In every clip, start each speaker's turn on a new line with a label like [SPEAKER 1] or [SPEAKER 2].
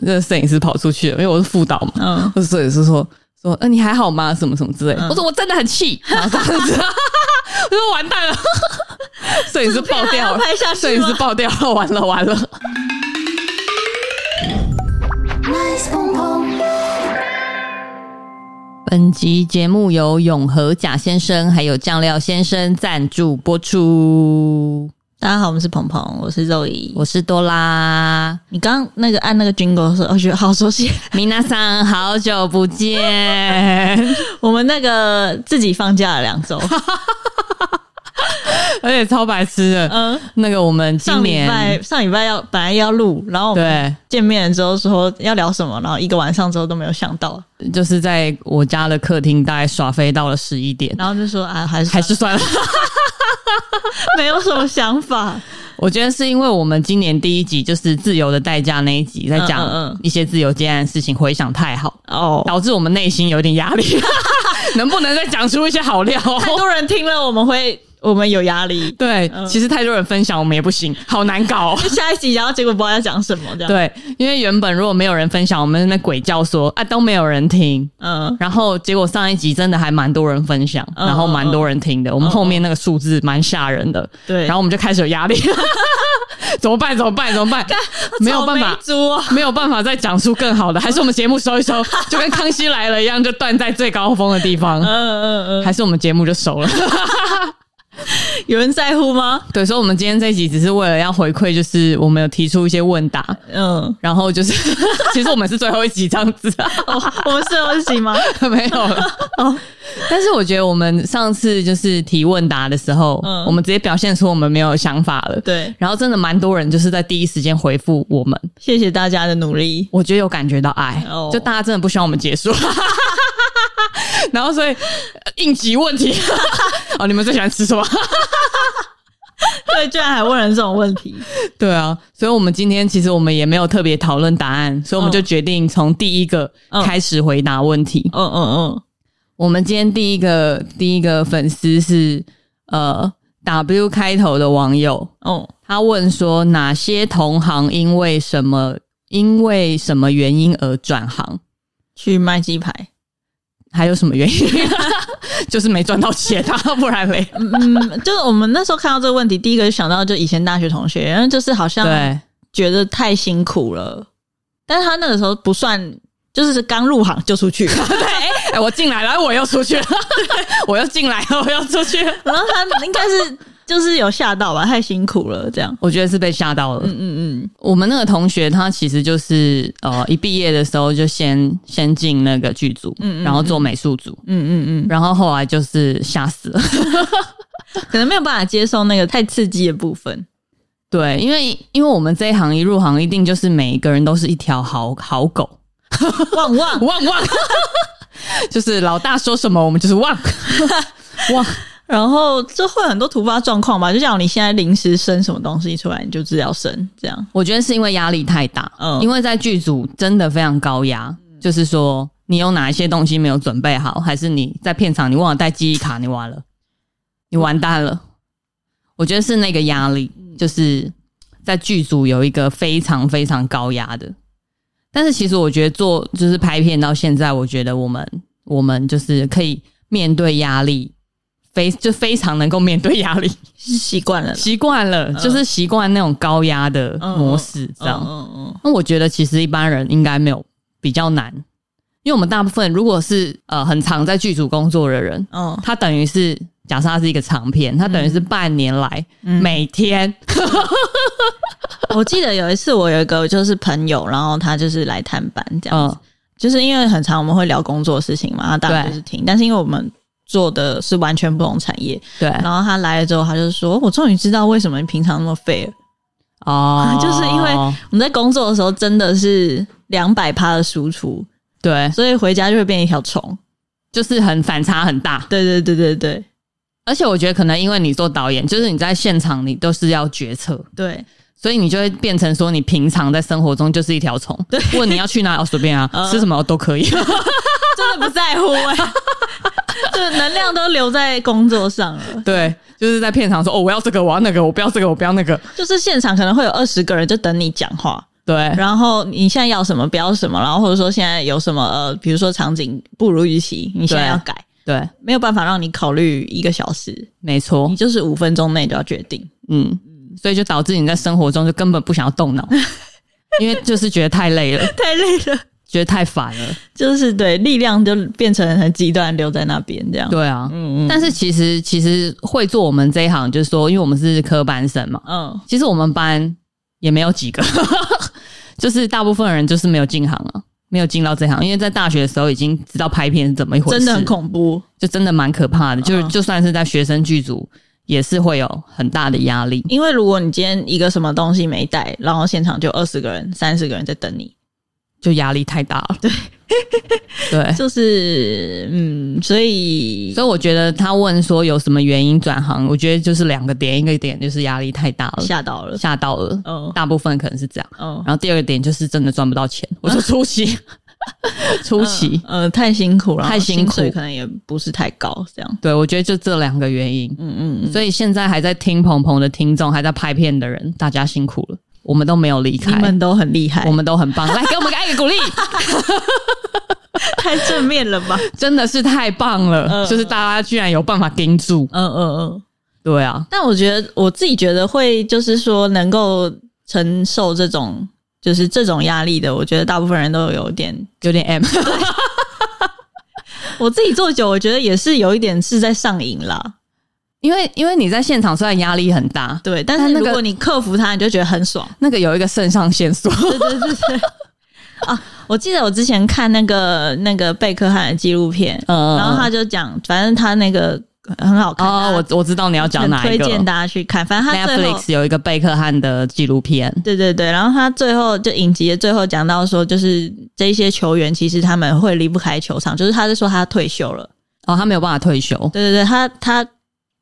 [SPEAKER 1] 那个摄影师跑出去了，因为我是副导嘛，
[SPEAKER 2] 嗯，
[SPEAKER 1] 我摄影师说说，呃，你还好吗？什么什么之类的，
[SPEAKER 2] 嗯
[SPEAKER 1] 我说我真的很气，然后这样 子，我说完蛋了，摄影师爆
[SPEAKER 2] 这个片还
[SPEAKER 1] 掉
[SPEAKER 2] 要
[SPEAKER 1] 了，
[SPEAKER 2] 拍下去吗
[SPEAKER 1] 摄影师爆掉了，完了完了。
[SPEAKER 3] nice pom pom.
[SPEAKER 2] 本集节目由永和贾先生还有酱料先生赞助播出。
[SPEAKER 4] 大家好，我们是鹏鹏，我是肉姨。
[SPEAKER 2] 我是多拉，
[SPEAKER 4] 你刚刚那个按那个 jingle 的时候，哦我觉得好熟悉。
[SPEAKER 2] 米娜桑，好久不见。
[SPEAKER 4] 我们那个自己放假了两周，
[SPEAKER 1] 而且超白痴的。
[SPEAKER 4] 嗯，
[SPEAKER 1] 那个我们今
[SPEAKER 4] 上礼
[SPEAKER 1] 年
[SPEAKER 4] 拜上礼拜要本来要录，然后我们
[SPEAKER 1] 对，
[SPEAKER 4] 见面了之后说要聊什么，然后一个晚上之后都没有想到，
[SPEAKER 1] 就是在我家的客厅，大概耍飞到了十一点，
[SPEAKER 4] 然后就说啊，还是
[SPEAKER 1] 还是算了。
[SPEAKER 4] 没有什么想法。
[SPEAKER 1] 我觉得是因为我们今年第一集就是自由的代价那一集，在
[SPEAKER 4] 嗯嗯
[SPEAKER 1] 讲
[SPEAKER 4] 嗯
[SPEAKER 1] 一些自由接案的事情，回想太好，
[SPEAKER 4] 哦，
[SPEAKER 1] 导致我们内心有点压力。 能不能再讲出一些好料？
[SPEAKER 4] 太多嗯人听了，我们会我们有压力。
[SPEAKER 1] 对，其实太多人分享，我们也不行，好难 搞、哦。
[SPEAKER 4] 下一集然后结果不知道要讲什么，这样。，
[SPEAKER 1] 对，因为原本如果没有人分享，我们在那边鬼叫说啊都没有人听，
[SPEAKER 4] 嗯，
[SPEAKER 1] 然后结果上一集真的还蛮多人分享，
[SPEAKER 4] 嗯
[SPEAKER 1] 然后蛮多人听的。我们后面那个数字蛮吓人的，
[SPEAKER 4] 对
[SPEAKER 1] 然后我们就开始有压 力，怎么办？怎么办？怎么办？没有办法
[SPEAKER 4] 草莓，猪啊
[SPEAKER 1] 没有办法再讲出更
[SPEAKER 4] 嗯
[SPEAKER 1] 好的，还是我们节目收一 收，就跟《康熙来了》一样，就断在最高峰的地方，
[SPEAKER 4] 嗯嗯
[SPEAKER 1] 还是我们节目就收 了。
[SPEAKER 4] 嗯，有人在乎吗？
[SPEAKER 1] 对，所以，我们今天这一集只是为了要回馈，就是我们有提出一些问答，
[SPEAKER 4] 嗯，
[SPEAKER 1] 然后就是，其实我们是最后一集这样子、啊
[SPEAKER 4] 我们是有一集吗？
[SPEAKER 1] 没有了。
[SPEAKER 4] 哦
[SPEAKER 1] 但是我觉得我们上次就是提问答的时候，
[SPEAKER 4] 嗯
[SPEAKER 1] 我们直接表现出我们没有想法了。
[SPEAKER 4] 对，
[SPEAKER 1] 然后真的蛮多人就是在第一时间回复我们，
[SPEAKER 4] 谢谢大家的努力。
[SPEAKER 1] 我觉得有感觉到爱，
[SPEAKER 4] 哦
[SPEAKER 1] 就大家真的不希望我们结束。 然后所以呃应急问题 哦，你们最喜欢吃什么？
[SPEAKER 4] 对，居然还问人这种问题，
[SPEAKER 1] 对啊，所以我们今天其实我们也没有特别讨论答案，所以我们
[SPEAKER 4] 嗯
[SPEAKER 1] 就决定从第一个
[SPEAKER 4] 嗯
[SPEAKER 1] 开始回答问题。
[SPEAKER 4] 嗯嗯
[SPEAKER 1] 我们今天第一个第一个粉丝是呃 W 开头的网友，
[SPEAKER 4] 嗯，哦，
[SPEAKER 1] 他问说哪些同行因为什么因为什么原因而转行，
[SPEAKER 4] 去卖鸡排，
[SPEAKER 1] 还有什么原因？ 就是没赚到钱啊，不然嘞？
[SPEAKER 4] 嗯， 就是我们那时候看到这个问题，第一个就想到就以前大学同学，然后就是好 像
[SPEAKER 1] 对
[SPEAKER 4] 觉得太辛苦了，但是他那个时候不算，就是刚入行就出去了，
[SPEAKER 1] 对，哎、我进来了，我又出去了， 我又进来了，我又出去了。
[SPEAKER 4] 然后他应该是就是有吓到吧，太辛苦了，这样，
[SPEAKER 1] 我觉得是被吓到了。
[SPEAKER 4] 嗯嗯嗯，
[SPEAKER 1] 我们那个同学他其实就是呃，一毕业的时候就先先进那个剧组，
[SPEAKER 4] 嗯嗯
[SPEAKER 1] 然后做美术组，
[SPEAKER 4] 嗯嗯
[SPEAKER 1] 然后后来就是吓死了。
[SPEAKER 4] 嗯，可能没有办法接受那个太刺激的部分，
[SPEAKER 1] 对，因为因为我们这一行一入行，一定就是每一个人都是一条好好狗，
[SPEAKER 4] 旺旺，
[SPEAKER 1] 汪汪， 就是老大说什么我们就是 汪汪。
[SPEAKER 4] 然后就会有很多突发状况吧，就像你现在临时生什么东西出来，你就治疗生这样，
[SPEAKER 1] 我觉得是因为压力太大，
[SPEAKER 4] 嗯
[SPEAKER 1] 因为在剧组真的非常高压，就是说你有哪一些东西没有准备好，还是你在片场你忘了带记忆卡，你完了，你完蛋了。我觉得是那个压力，就是在剧组有一个非常非常高压的。但是其实我觉得做就是拍片到现在，我觉得我们我们就是可以面对压力，非就非常能够面对压力。
[SPEAKER 4] 习惯了 啦，
[SPEAKER 1] 习惯了，就是习惯那种高压的模式，这样。
[SPEAKER 4] 嗯嗯嗯，
[SPEAKER 1] 那我觉得其实一般人应该没有比较难，因为我们大部分如果是呃很常在剧组工作的人，
[SPEAKER 4] 嗯，
[SPEAKER 1] 他等于是假设他是一个长片，他等于是半年来、
[SPEAKER 4] 嗯
[SPEAKER 1] 每 天
[SPEAKER 4] 我记得有一次我有一个就是朋友，然后他就是来探班这样子，
[SPEAKER 1] 嗯
[SPEAKER 4] 就是因为很常我们会聊工作的事情嘛，他当然
[SPEAKER 1] 对
[SPEAKER 4] 就是听，但是因为我们做的是完全不同产业，
[SPEAKER 1] 对
[SPEAKER 4] 然后他来了之后，他就说：“我终于知道为什么你平常那么废了。
[SPEAKER 1] 哦
[SPEAKER 4] 啊就是因为我们在工作的时候真的是两百趴的输出，
[SPEAKER 1] 对，
[SPEAKER 4] 所以回家就会变一条虫。
[SPEAKER 1] 就是很反差很大”，
[SPEAKER 4] 对对对对对
[SPEAKER 1] 而且我觉得可能因为你做导演，就是你在现场你都是要决策。
[SPEAKER 4] 对，
[SPEAKER 1] 所以你就会变成说，你平常在生活中就是一条虫。问你要去哪，哦随便啊，
[SPEAKER 4] 嗯
[SPEAKER 1] 吃什么都可以。
[SPEAKER 4] 真的不在乎哎、就是能量都留在工作上了。
[SPEAKER 1] 对，就是在片场说哦，我要这个，我要那个，我不要这个，我不要那个。
[SPEAKER 4] 就是现场可能会有二十个人就等你讲话，
[SPEAKER 1] 对，
[SPEAKER 4] 然后你现在要什么，不要什么，然后或者说现在有什么呃，比如说场景不如预期，你现在
[SPEAKER 1] 对
[SPEAKER 4] 要改，
[SPEAKER 1] 对，
[SPEAKER 4] 没有办法让你考虑一个小时，
[SPEAKER 1] 没错
[SPEAKER 4] 你，就是五分钟内就要决定。
[SPEAKER 1] 嗯，所以就导致你在生活中就根本不想要动 脑，因为就是觉得太累了，
[SPEAKER 4] 太累了，
[SPEAKER 1] 觉得太烦了。
[SPEAKER 4] 就是对力量就变成很极端，留在那边这样。
[SPEAKER 1] 对啊，
[SPEAKER 4] 嗯嗯
[SPEAKER 1] 但是其实其实会做我们这一行，就是说，因为我们是科班生嘛，
[SPEAKER 4] 嗯，
[SPEAKER 1] 其实我们班也没有几个， 就是大部分人就是没有进行啊，没有进到这行，因为在大学的时候已经知道拍片是怎么一回事，
[SPEAKER 4] 真的很恐怖。
[SPEAKER 1] 就真的蛮可怕的，就是
[SPEAKER 4] 嗯
[SPEAKER 1] 就算是在学生剧组，也是会有很大的压力。
[SPEAKER 4] 因为如果你今天一个什么东西没带，然后现场就二十个人、三十个人在等你，
[SPEAKER 1] 就压力太大了。对 对，
[SPEAKER 4] 就是嗯，所以
[SPEAKER 1] 所以我觉得他问说有什么原因转行，我觉得就是两个点，一个点就是压力太大了，
[SPEAKER 4] 吓到了。
[SPEAKER 1] 吓到了，
[SPEAKER 4] 嗯
[SPEAKER 1] 大部分可能是这样。
[SPEAKER 4] 嗯，
[SPEAKER 1] 然后第二个点就是真的赚不到钱，我说出席， 出席。
[SPEAKER 4] 呃，太辛苦了，
[SPEAKER 1] 太辛苦
[SPEAKER 4] 薪水可能也不是太高，这样。
[SPEAKER 1] 对，我觉得就这两个原因。
[SPEAKER 4] 嗯嗯嗯，
[SPEAKER 1] 所以现在还在听鹏鹏的听众，还在拍片的人，大家辛苦了，我们都没有离
[SPEAKER 4] 你
[SPEAKER 1] 开，
[SPEAKER 4] 们都很厉害，
[SPEAKER 1] 我们都很棒，来给我们个爱的鼓励。
[SPEAKER 4] 太正面了 吧？
[SPEAKER 1] 真的是太棒了，
[SPEAKER 4] 嗯
[SPEAKER 1] 就是大家居然有办法盯住。
[SPEAKER 4] 嗯嗯嗯。
[SPEAKER 1] 对啊，
[SPEAKER 4] 但我觉得我自己觉得会，就是说能够承受这种就是这种压力的，我觉得大部分人都有点。
[SPEAKER 1] 有点 M，
[SPEAKER 4] 我自己做久，我觉得也是有一点是在上瘾啦。
[SPEAKER 1] 因为因为你在现场虽然压力很大，
[SPEAKER 4] 对，但
[SPEAKER 1] 但
[SPEAKER 4] 是
[SPEAKER 1] 那
[SPEAKER 4] 如
[SPEAKER 1] 个
[SPEAKER 4] 果你克服它，你就觉得很爽。
[SPEAKER 1] 那个有一个肾上腺素，
[SPEAKER 4] 啊我记得我之前看那个那个贝克汉的纪录片，
[SPEAKER 1] 嗯
[SPEAKER 4] 然后他就讲，反正他那个很好看，
[SPEAKER 1] 哦，我我知道你要
[SPEAKER 4] 他
[SPEAKER 1] 讲哪
[SPEAKER 4] 很
[SPEAKER 1] 一
[SPEAKER 4] 推
[SPEAKER 1] 个
[SPEAKER 4] 荐大家去看。反正他最后
[SPEAKER 1] ，Netflix 有一个贝克汉的纪录片，
[SPEAKER 4] 对对对，然后他最后就影集的最后讲到说，就是这些球员其实他们会离不开球场，就是他是说他退休了，
[SPEAKER 1] 哦，他没有办法退休，
[SPEAKER 4] 对对对，他他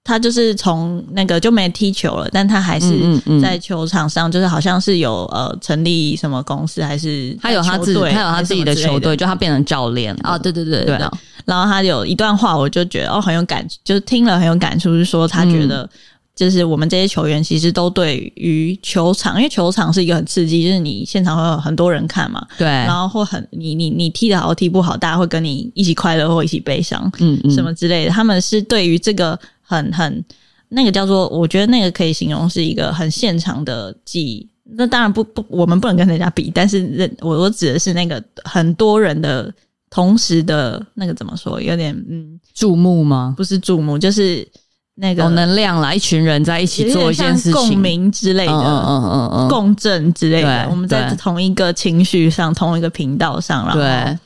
[SPEAKER 4] 他就是从那个就没踢球了，但他还
[SPEAKER 1] 嗯
[SPEAKER 4] 是
[SPEAKER 1] 嗯嗯
[SPEAKER 4] 在球场上，就是好像是有呃成立什么公司还是
[SPEAKER 1] 他有他自己，
[SPEAKER 4] 球队
[SPEAKER 1] 他有他自己的
[SPEAKER 4] 还是什
[SPEAKER 1] 球
[SPEAKER 4] 么之类
[SPEAKER 1] 队，就他变成教练了
[SPEAKER 4] 哦，对对对
[SPEAKER 1] 对啊，
[SPEAKER 4] 然后他有一段话，我就觉得哦很有感，就是听了很有感触，是说他觉
[SPEAKER 1] 嗯
[SPEAKER 4] 得就是我们这些球员其实都对于球场，因为球场是一个很刺激，就是你现场会有很多人看嘛，
[SPEAKER 1] 对，
[SPEAKER 4] 然后或很你你你踢得好踢不好，大家会跟你一起快乐或一起悲伤
[SPEAKER 1] 嗯嗯，
[SPEAKER 4] 什么之类的。他们是对于这个很很那个叫做，我觉得那个可以形容是一个很现场的记忆。那当然不不，我们不能跟人家比，但是人我我指的是那个很多人的同时的那个怎么说，有点嗯，
[SPEAKER 1] 注目吗？
[SPEAKER 4] 不是注目，就是那个
[SPEAKER 1] 有能量啦，一群人在一起
[SPEAKER 4] 有点
[SPEAKER 1] 哦做一件
[SPEAKER 4] 像
[SPEAKER 1] 事情，
[SPEAKER 4] 共鸣之
[SPEAKER 1] 嗯
[SPEAKER 4] 类的，
[SPEAKER 1] 嗯嗯嗯嗯，
[SPEAKER 4] 共振之类的，
[SPEAKER 1] 对
[SPEAKER 4] 我们在
[SPEAKER 1] 对
[SPEAKER 4] 同一个情绪上、同一个频道上，然后
[SPEAKER 1] 对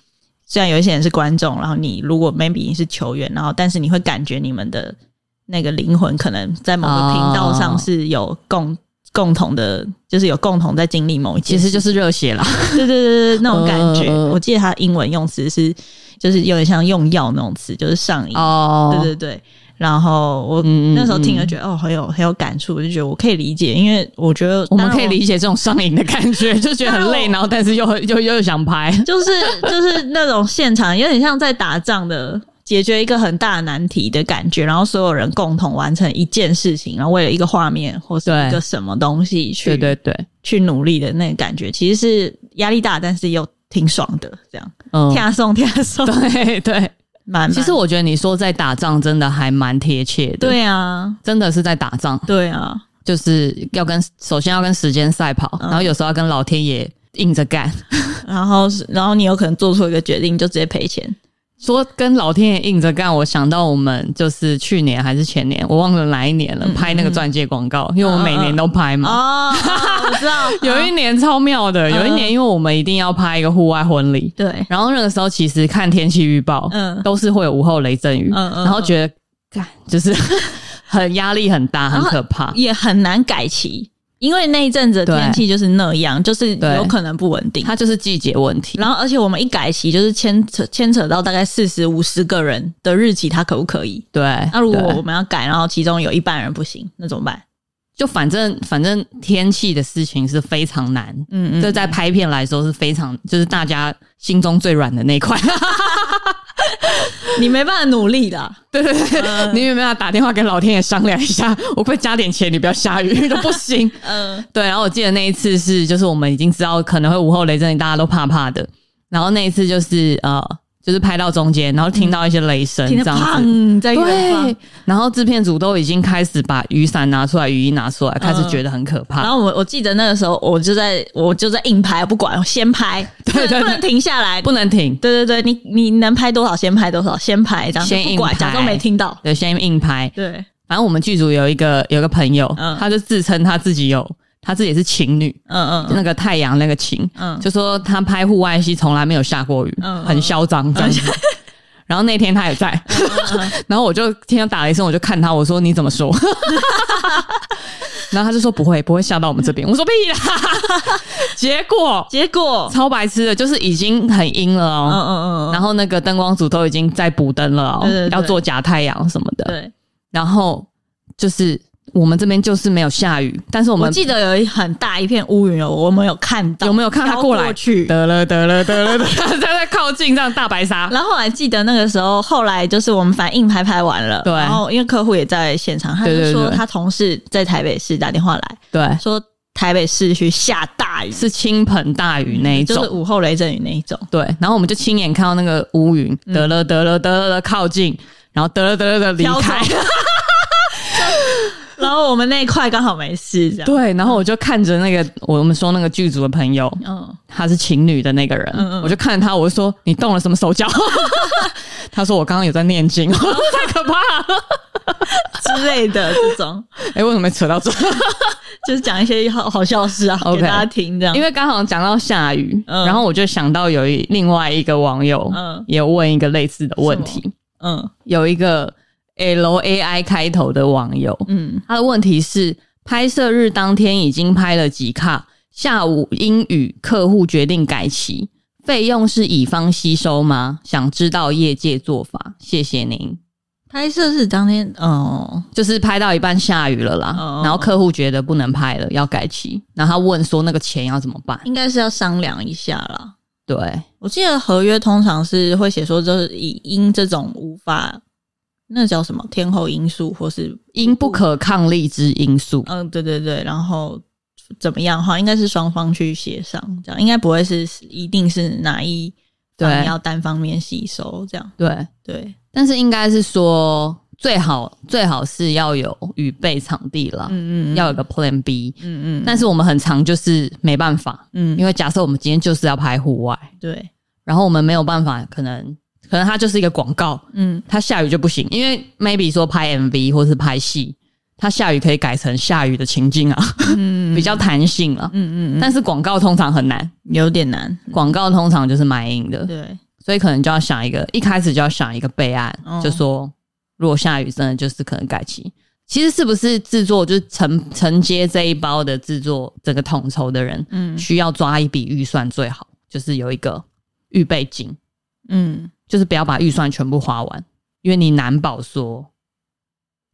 [SPEAKER 4] 虽然有一些人是观众，然后你如果 maybe 你是球员，然后但是你会感觉你们的那个灵魂可能在某个频道上是有共、共同的，就是有共同在经历某一
[SPEAKER 1] 其
[SPEAKER 4] 件事，
[SPEAKER 1] 实就是热血啦，
[SPEAKER 4] 对对对对那种感觉。
[SPEAKER 1] 嗯嗯嗯
[SPEAKER 4] 我记得他英文用词是，就是有点像用药那种词，就是上瘾。
[SPEAKER 1] 哦，
[SPEAKER 4] 对对对。然后我
[SPEAKER 1] 嗯嗯
[SPEAKER 4] 那时候听了
[SPEAKER 1] 嗯
[SPEAKER 4] 觉得、哦很有很有感触，我就觉得我可以理解，因为我觉得
[SPEAKER 1] 我们
[SPEAKER 4] 当然
[SPEAKER 1] 可以理解这种上瘾的感觉，就觉得很累，
[SPEAKER 4] 当然我
[SPEAKER 1] 然后但是又又又想拍。
[SPEAKER 4] 就是就是那种现场有点像在打仗的，解决一个很大的难题的感觉，然后所有人共同完成一件事情，然后为了一个画面或是
[SPEAKER 1] 对
[SPEAKER 4] 一个什么东西去
[SPEAKER 1] 对对对，
[SPEAKER 4] 去努力的那个感觉，其实是压力大，但是又挺爽的，这 样
[SPEAKER 1] 嗯，
[SPEAKER 4] 跳送跳 送，
[SPEAKER 1] 对对。
[SPEAKER 4] 蛮
[SPEAKER 1] 其实
[SPEAKER 4] 蛮
[SPEAKER 1] 我觉得你说在打仗真的还蛮贴切的，，
[SPEAKER 4] 对啊，
[SPEAKER 1] 真的是在打仗，
[SPEAKER 4] 对啊，
[SPEAKER 1] 就是要跟首先要跟时间赛跑，然后有时候要跟老天爷硬着干，
[SPEAKER 4] 然后是然后你有可能做错一个决定，就直接赔钱，
[SPEAKER 1] 说跟老天爷硬着干，我想到我们就是去年还是前年，我忘了哪一年了，拍那个钻戒广告，因为我们每年都拍嘛。
[SPEAKER 4] 哦，哦我知道，
[SPEAKER 1] 嗯 有一年超妙的，有一年因为我们一定要拍一个户外婚礼，
[SPEAKER 4] 对，
[SPEAKER 1] 然后那个时候其实看天气预报，
[SPEAKER 4] 嗯
[SPEAKER 1] 都是会有午后雷阵雨，
[SPEAKER 4] 嗯嗯
[SPEAKER 1] 然后觉得干就是 很压力很大，很
[SPEAKER 4] 然后
[SPEAKER 1] 可怕。
[SPEAKER 4] 也很难改期，因为那一阵子的天气就是那样，就是有可能不稳定。
[SPEAKER 1] 它就是季节问题，
[SPEAKER 4] 然后，而且我们一改期，就是牵扯牵扯到大概四十五十个人的日期，他可不可以？
[SPEAKER 1] 对。
[SPEAKER 4] 那如果
[SPEAKER 1] 对
[SPEAKER 4] 我们要改，然后其中有一半人不行，那怎么办？
[SPEAKER 1] 就反正反正天气的事情是非常难，
[SPEAKER 4] 嗯嗯，
[SPEAKER 1] 这在拍片来说是非常就是大家心中最软的那一块，
[SPEAKER 4] 你没办法努力的，
[SPEAKER 1] 对对对，你有没有打电话跟老天爷商量一下？我会不会加点钱，你不要下雨 都不行。
[SPEAKER 4] 嗯，
[SPEAKER 1] 对，然后我记得那一次是，就是我们已经知道可能会午后雷阵雨，大家都怕怕的。然后那一次就是呃，就是拍到中间，然后听到一些雷声，
[SPEAKER 4] 嗯听
[SPEAKER 1] 这
[SPEAKER 4] 得
[SPEAKER 1] 样子。
[SPEAKER 4] 砰在远方
[SPEAKER 1] 对，，然后制片组都已经开始把雨伞拿出来，雨衣拿出来，开始觉得很可怕。
[SPEAKER 4] 嗯然后我我记得那个时候，我就在我就在硬拍，不管先拍，
[SPEAKER 1] 对对对
[SPEAKER 4] 不能停下来，
[SPEAKER 1] 不能停，
[SPEAKER 4] 对对对，你你能拍多少先拍多少，先拍这样，
[SPEAKER 1] 先硬
[SPEAKER 4] 不管
[SPEAKER 1] 拍
[SPEAKER 4] 假装没听到。
[SPEAKER 1] 对，先硬拍。
[SPEAKER 4] 对，
[SPEAKER 1] 反正我们剧组有一个有一个朋友，
[SPEAKER 4] 嗯
[SPEAKER 1] 他就自称他自己有，他自己是情侣，
[SPEAKER 4] 嗯嗯
[SPEAKER 1] 那个太阳那个晴，
[SPEAKER 4] 嗯
[SPEAKER 1] 就说他拍户外戏从来没有下过雨，
[SPEAKER 4] 嗯嗯嗯
[SPEAKER 1] 很嚣张这样子。 然后那天他也在， 然后我就听他打雷声，我就看他，我说你怎么说？ 然后他就说不会，不会下到我们这边。我说屁啦！ 结果
[SPEAKER 4] 结果，
[SPEAKER 1] 超白痴的，就是已经很阴了
[SPEAKER 4] 嗯
[SPEAKER 1] 哦，
[SPEAKER 4] 嗯嗯
[SPEAKER 1] 然
[SPEAKER 4] 嗯，
[SPEAKER 1] 后那个灯光组都已经在补灯了哦，
[SPEAKER 4] 对对对
[SPEAKER 1] 要做假太阳什么的。
[SPEAKER 4] 对，
[SPEAKER 1] 然后就是我们这边就是没有下雨，但是我
[SPEAKER 4] 我
[SPEAKER 1] 们
[SPEAKER 4] 记得有一很大一片乌云哦，我们有看到，
[SPEAKER 1] 有没有看他
[SPEAKER 4] 飘
[SPEAKER 1] 过来？
[SPEAKER 4] 去？
[SPEAKER 1] 得了得了得了得了， 在在靠近这样大白 鲨。
[SPEAKER 4] 然后我还记得那个时候，后来就是我们反应拍拍完了，
[SPEAKER 1] 对
[SPEAKER 4] 然后因为客户也在现场，他
[SPEAKER 1] 对
[SPEAKER 4] 就
[SPEAKER 1] 对
[SPEAKER 4] 说
[SPEAKER 1] 对
[SPEAKER 4] 他同事在台北市打电话来，
[SPEAKER 1] 对，
[SPEAKER 4] 说台北市区下大雨，
[SPEAKER 1] 是倾盆大雨那一种。
[SPEAKER 4] 嗯就是午后雷阵雨那一种。
[SPEAKER 1] 对，然后我们就亲眼看到那个乌云
[SPEAKER 4] 嗯
[SPEAKER 1] 得了得了得了的靠近，然后得了得了的离
[SPEAKER 4] 飘
[SPEAKER 1] 开。
[SPEAKER 4] 走然后我们那一块刚好没事，这 样。
[SPEAKER 1] 对，然后我就看着那个我们说那个剧组的朋友，
[SPEAKER 4] 嗯，
[SPEAKER 1] 他是情侣的那个人，
[SPEAKER 4] 嗯嗯
[SPEAKER 1] 我就看着他，我就说你动了什么手脚？ 他说我刚刚有在念经， 我说太可怕 了。
[SPEAKER 4] 之类的这种，
[SPEAKER 1] 哎、为什么扯到这？
[SPEAKER 4] 就是讲一些好好笑事啊
[SPEAKER 1] OK
[SPEAKER 4] 给大家听这样。
[SPEAKER 1] 因为刚好讲到下雨，
[SPEAKER 4] 嗯
[SPEAKER 1] 然后我就想到有一另外一个网友，
[SPEAKER 4] 嗯
[SPEAKER 1] 也问一个类似的问题，
[SPEAKER 4] 嗯
[SPEAKER 1] 有一个 L A I 开头的网友，
[SPEAKER 4] 嗯
[SPEAKER 1] 他的问题是：拍摄日当天已经拍了几卡，下午阴雨，客户决定改期，费用是乙方吸收吗？想知道业界做法，谢谢您。
[SPEAKER 4] 拍摄是当天哦，
[SPEAKER 1] 就是拍到一半下雨了啦，
[SPEAKER 4] 哦
[SPEAKER 1] 然后客户觉得不能拍了，要改期，然后他问说那个钱要怎么办？
[SPEAKER 4] 应该是要商量一下啦。
[SPEAKER 1] 对，
[SPEAKER 4] 我记得合约通常是会写说，就是以因这种无法，那叫什么天候因素，或是
[SPEAKER 1] 因不可抗力之因素，
[SPEAKER 4] 嗯，对对对，然后怎么样的话，应该是双方去协商，这样应该不会是一定是哪一
[SPEAKER 1] 对
[SPEAKER 4] 方要单方面吸收这样。
[SPEAKER 1] 对，
[SPEAKER 4] 对，
[SPEAKER 1] 但是应该是说最好最好是要有预备场地啦，
[SPEAKER 4] 嗯
[SPEAKER 1] 要有个 Plan B。
[SPEAKER 4] 嗯嗯，
[SPEAKER 1] 但是我们很常就是没办法，
[SPEAKER 4] 嗯
[SPEAKER 1] 因为假设我们今天就是要拍户外，
[SPEAKER 4] 对，
[SPEAKER 1] 然后我们没有办法，可能可能它就是一个广告，
[SPEAKER 4] 嗯
[SPEAKER 1] 它下雨就不行，因为 maybe 说拍 MV 或是拍戏，它下雨可以改成下雨的情境啊，
[SPEAKER 4] 嗯
[SPEAKER 1] 比较弹性啊。
[SPEAKER 4] 嗯嗯，
[SPEAKER 1] 但是广告通常很难，
[SPEAKER 4] 有点难。
[SPEAKER 1] 广告通常就是埋硬的，
[SPEAKER 4] 对，
[SPEAKER 1] 所以可能就要想一个，一开始就要想一个备案，
[SPEAKER 4] 哦
[SPEAKER 1] 就说如果下雨，真的就是可能改期。其实是不是制作就是承承接这一包的制作整个统筹的人，
[SPEAKER 4] 嗯
[SPEAKER 1] 需要抓一笔预算最好，就是有一个预备金，
[SPEAKER 4] 嗯
[SPEAKER 1] 就是不要把预算全部花完，因为你难保说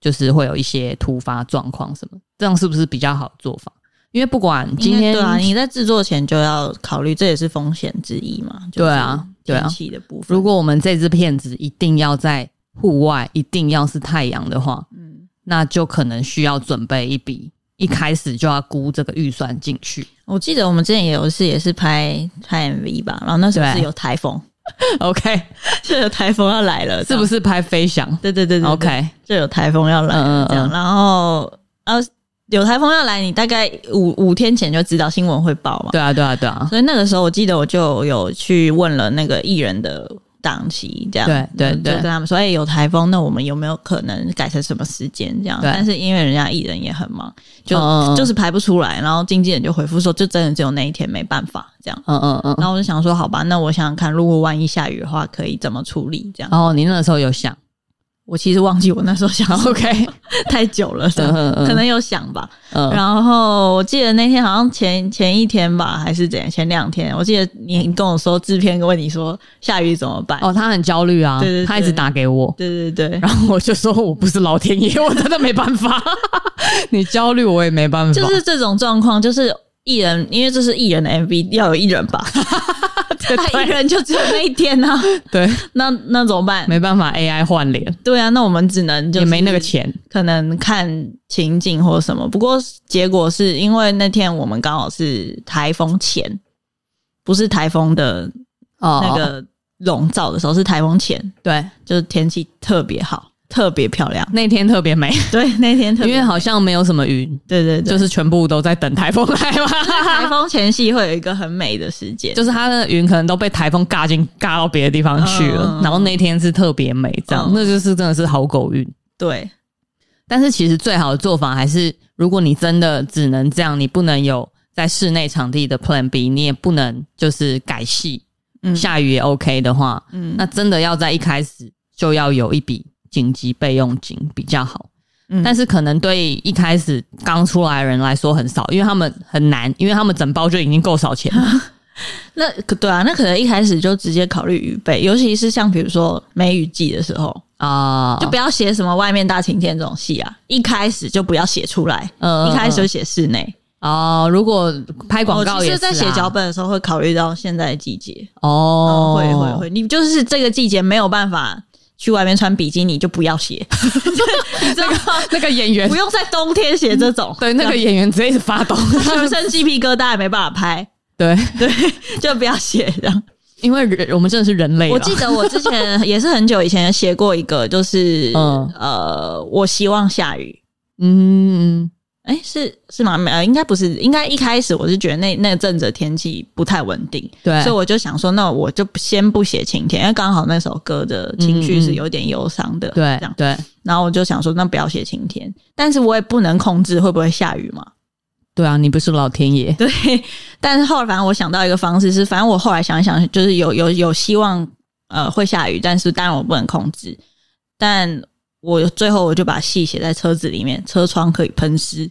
[SPEAKER 1] 就是会有一些突发状况什么，这样是不是比较好的做法？因为不管今
[SPEAKER 4] 应该
[SPEAKER 1] 天
[SPEAKER 4] 对啊，你在制作前就要考虑，这也是风险之一嘛。就
[SPEAKER 1] 对
[SPEAKER 4] 是
[SPEAKER 1] 啊对啊
[SPEAKER 4] 天气的部分。
[SPEAKER 1] 如果我们这支片子一定要在户外，一定要是太阳的话，
[SPEAKER 4] 嗯，
[SPEAKER 1] 那就可能需要准备一笔，一开始就要估这个预算进 去。
[SPEAKER 4] 我记得我们之前也有一次也是拍拍 MV 吧，然后那时候
[SPEAKER 1] 对
[SPEAKER 4] 是有 台风，
[SPEAKER 1] OK，
[SPEAKER 4] 啊就有台风要来了，
[SPEAKER 1] 是不
[SPEAKER 4] 是？
[SPEAKER 1] 是拍飞翔
[SPEAKER 4] 对对对对对
[SPEAKER 1] o k
[SPEAKER 4] 就有台风要来
[SPEAKER 1] 嗯嗯
[SPEAKER 4] 了
[SPEAKER 1] 嗯
[SPEAKER 4] 这样，然后呃有台风要来，你大概五五天前就知道新闻会报嘛。
[SPEAKER 1] 对啊，对啊，对 啊，
[SPEAKER 4] 所以那个时候，我记得我就有去问了那个艺人的档期，这样
[SPEAKER 1] 对对
[SPEAKER 4] 就
[SPEAKER 1] 对
[SPEAKER 4] 跟他们说，哎、有台风，那我们有没有可能改成什么时间这样？
[SPEAKER 1] 对
[SPEAKER 4] 但是因为人家艺人也很忙，就、
[SPEAKER 1] 嗯嗯嗯
[SPEAKER 4] 就是排不出来，然后经纪人就回复说，就真的只有那一天没办法这样。
[SPEAKER 1] 嗯嗯嗯。
[SPEAKER 4] 然后我就想说，好吧，那我想想看，如果万一下雨的话，可以怎么处理？这样，
[SPEAKER 1] 然后你那时候有想
[SPEAKER 4] 我其实忘记我那时候想
[SPEAKER 1] ，OK，
[SPEAKER 4] 太久了，这样
[SPEAKER 1] 嗯嗯嗯
[SPEAKER 4] 可能有想吧。
[SPEAKER 1] 嗯，
[SPEAKER 4] 然后我记得那天好像前前一天吧，还是怎样？前两天，我记得你跟我说制片问你说下雨怎么办？
[SPEAKER 1] 哦，他很焦虑啊，
[SPEAKER 4] 对对对
[SPEAKER 1] 他一直打给我，
[SPEAKER 4] 对对对，
[SPEAKER 1] 然后我就说我不是老天爷，我真的没办 法，你焦虑我也没办法，
[SPEAKER 4] 就是这种状况，就是艺人，因为这是艺人的 MV，要有艺人吧？他一个人就只有那一天呢、啊，
[SPEAKER 1] 对，
[SPEAKER 4] 那那怎么办？
[SPEAKER 1] 没办法，AI 换脸
[SPEAKER 4] 对啊，那我们只能就
[SPEAKER 1] 也
[SPEAKER 4] 是
[SPEAKER 1] 没那个钱，
[SPEAKER 4] 可能看情景或什么。不过结果是因为那天我们刚好是台风前，不是台风的
[SPEAKER 1] 哦
[SPEAKER 4] 那个笼罩的时候，是台风前，
[SPEAKER 1] 对，
[SPEAKER 4] 就是天气特别好，特别漂 亮。
[SPEAKER 1] 那天特别美，
[SPEAKER 4] 对，那天特
[SPEAKER 1] 因
[SPEAKER 4] 别
[SPEAKER 1] 为好像没有什么云，
[SPEAKER 4] 对对对，
[SPEAKER 1] 就是全部都在等台风来 嘛，
[SPEAKER 4] 台风前夕会有一个很美的时间，
[SPEAKER 1] 就是它的云可能都被台风尬进尬到别的地方去了，
[SPEAKER 4] 嗯
[SPEAKER 1] 然后那天是特别美，这样
[SPEAKER 4] 嗯
[SPEAKER 1] 那就是真的是好狗运。
[SPEAKER 4] 对
[SPEAKER 1] 但是其实最好的做法还是，如果你真的只能这样，你不能有在室内场地的 Plan B，你也不能就是改戏，
[SPEAKER 4] 嗯
[SPEAKER 1] 下雨也 OK 的话，
[SPEAKER 4] 嗯
[SPEAKER 1] 那真的要在一开始就要有一笔紧急备用金比较好。
[SPEAKER 4] 嗯
[SPEAKER 1] 但是可能对一开始刚出来的人来说很少，因为他们很难，因为他们整包就已经够少 钱了。
[SPEAKER 4] 那可对啊，那可能一开始就直接考虑雨备，尤其是像比如说梅雨季的时候，
[SPEAKER 1] 啊，
[SPEAKER 4] 就不要写什么外面大晴天这种戏啊，一开始就不要写出来，
[SPEAKER 1] 嗯嗯
[SPEAKER 4] 一开始就写室内。
[SPEAKER 1] 哦，如果拍广告
[SPEAKER 4] 我其
[SPEAKER 1] 也
[SPEAKER 4] 实
[SPEAKER 1] 是、啊，
[SPEAKER 4] 在写脚本的时候会考虑到现在的季节，
[SPEAKER 1] 哦，
[SPEAKER 4] 嗯会会会，你就是这个季节没有办法去外面穿比基尼，就不要写， 你知道吗？
[SPEAKER 1] 那个演员
[SPEAKER 4] 不，用在冬天写这种，
[SPEAKER 1] 对那个演员直接一直发抖，
[SPEAKER 4] 全身鸡皮疙瘩也没办法拍，
[SPEAKER 1] 对，
[SPEAKER 4] 就不要写这样。啊
[SPEAKER 1] 因为人我们真的是人类啦，啊
[SPEAKER 4] 我记得我之 前也是很久以前写过一个，就是、
[SPEAKER 1] 嗯
[SPEAKER 4] 呃，我希望下雨。
[SPEAKER 1] 嗯，
[SPEAKER 4] 哎、是是吗？没呃，应该不是，应该一开始我是觉得那那阵子的天气不太稳定，
[SPEAKER 1] 对
[SPEAKER 4] 所以我就想说，那我就不先不写晴天，因为刚好那首歌的情绪是有点忧伤的，
[SPEAKER 1] 对
[SPEAKER 4] 这样。
[SPEAKER 1] 对
[SPEAKER 4] 然后我就想说，那不要写晴天，但是我也不能控制会不会下雨嘛，
[SPEAKER 1] 对啊，你不是老天爷，
[SPEAKER 4] 对。但是后来，反正我想到一个方式是，反正我后来想一想，就是有有有希望呃会下雨，但是当然我不能控制，但我最后我就把戏写在车子里面，车窗可以喷湿。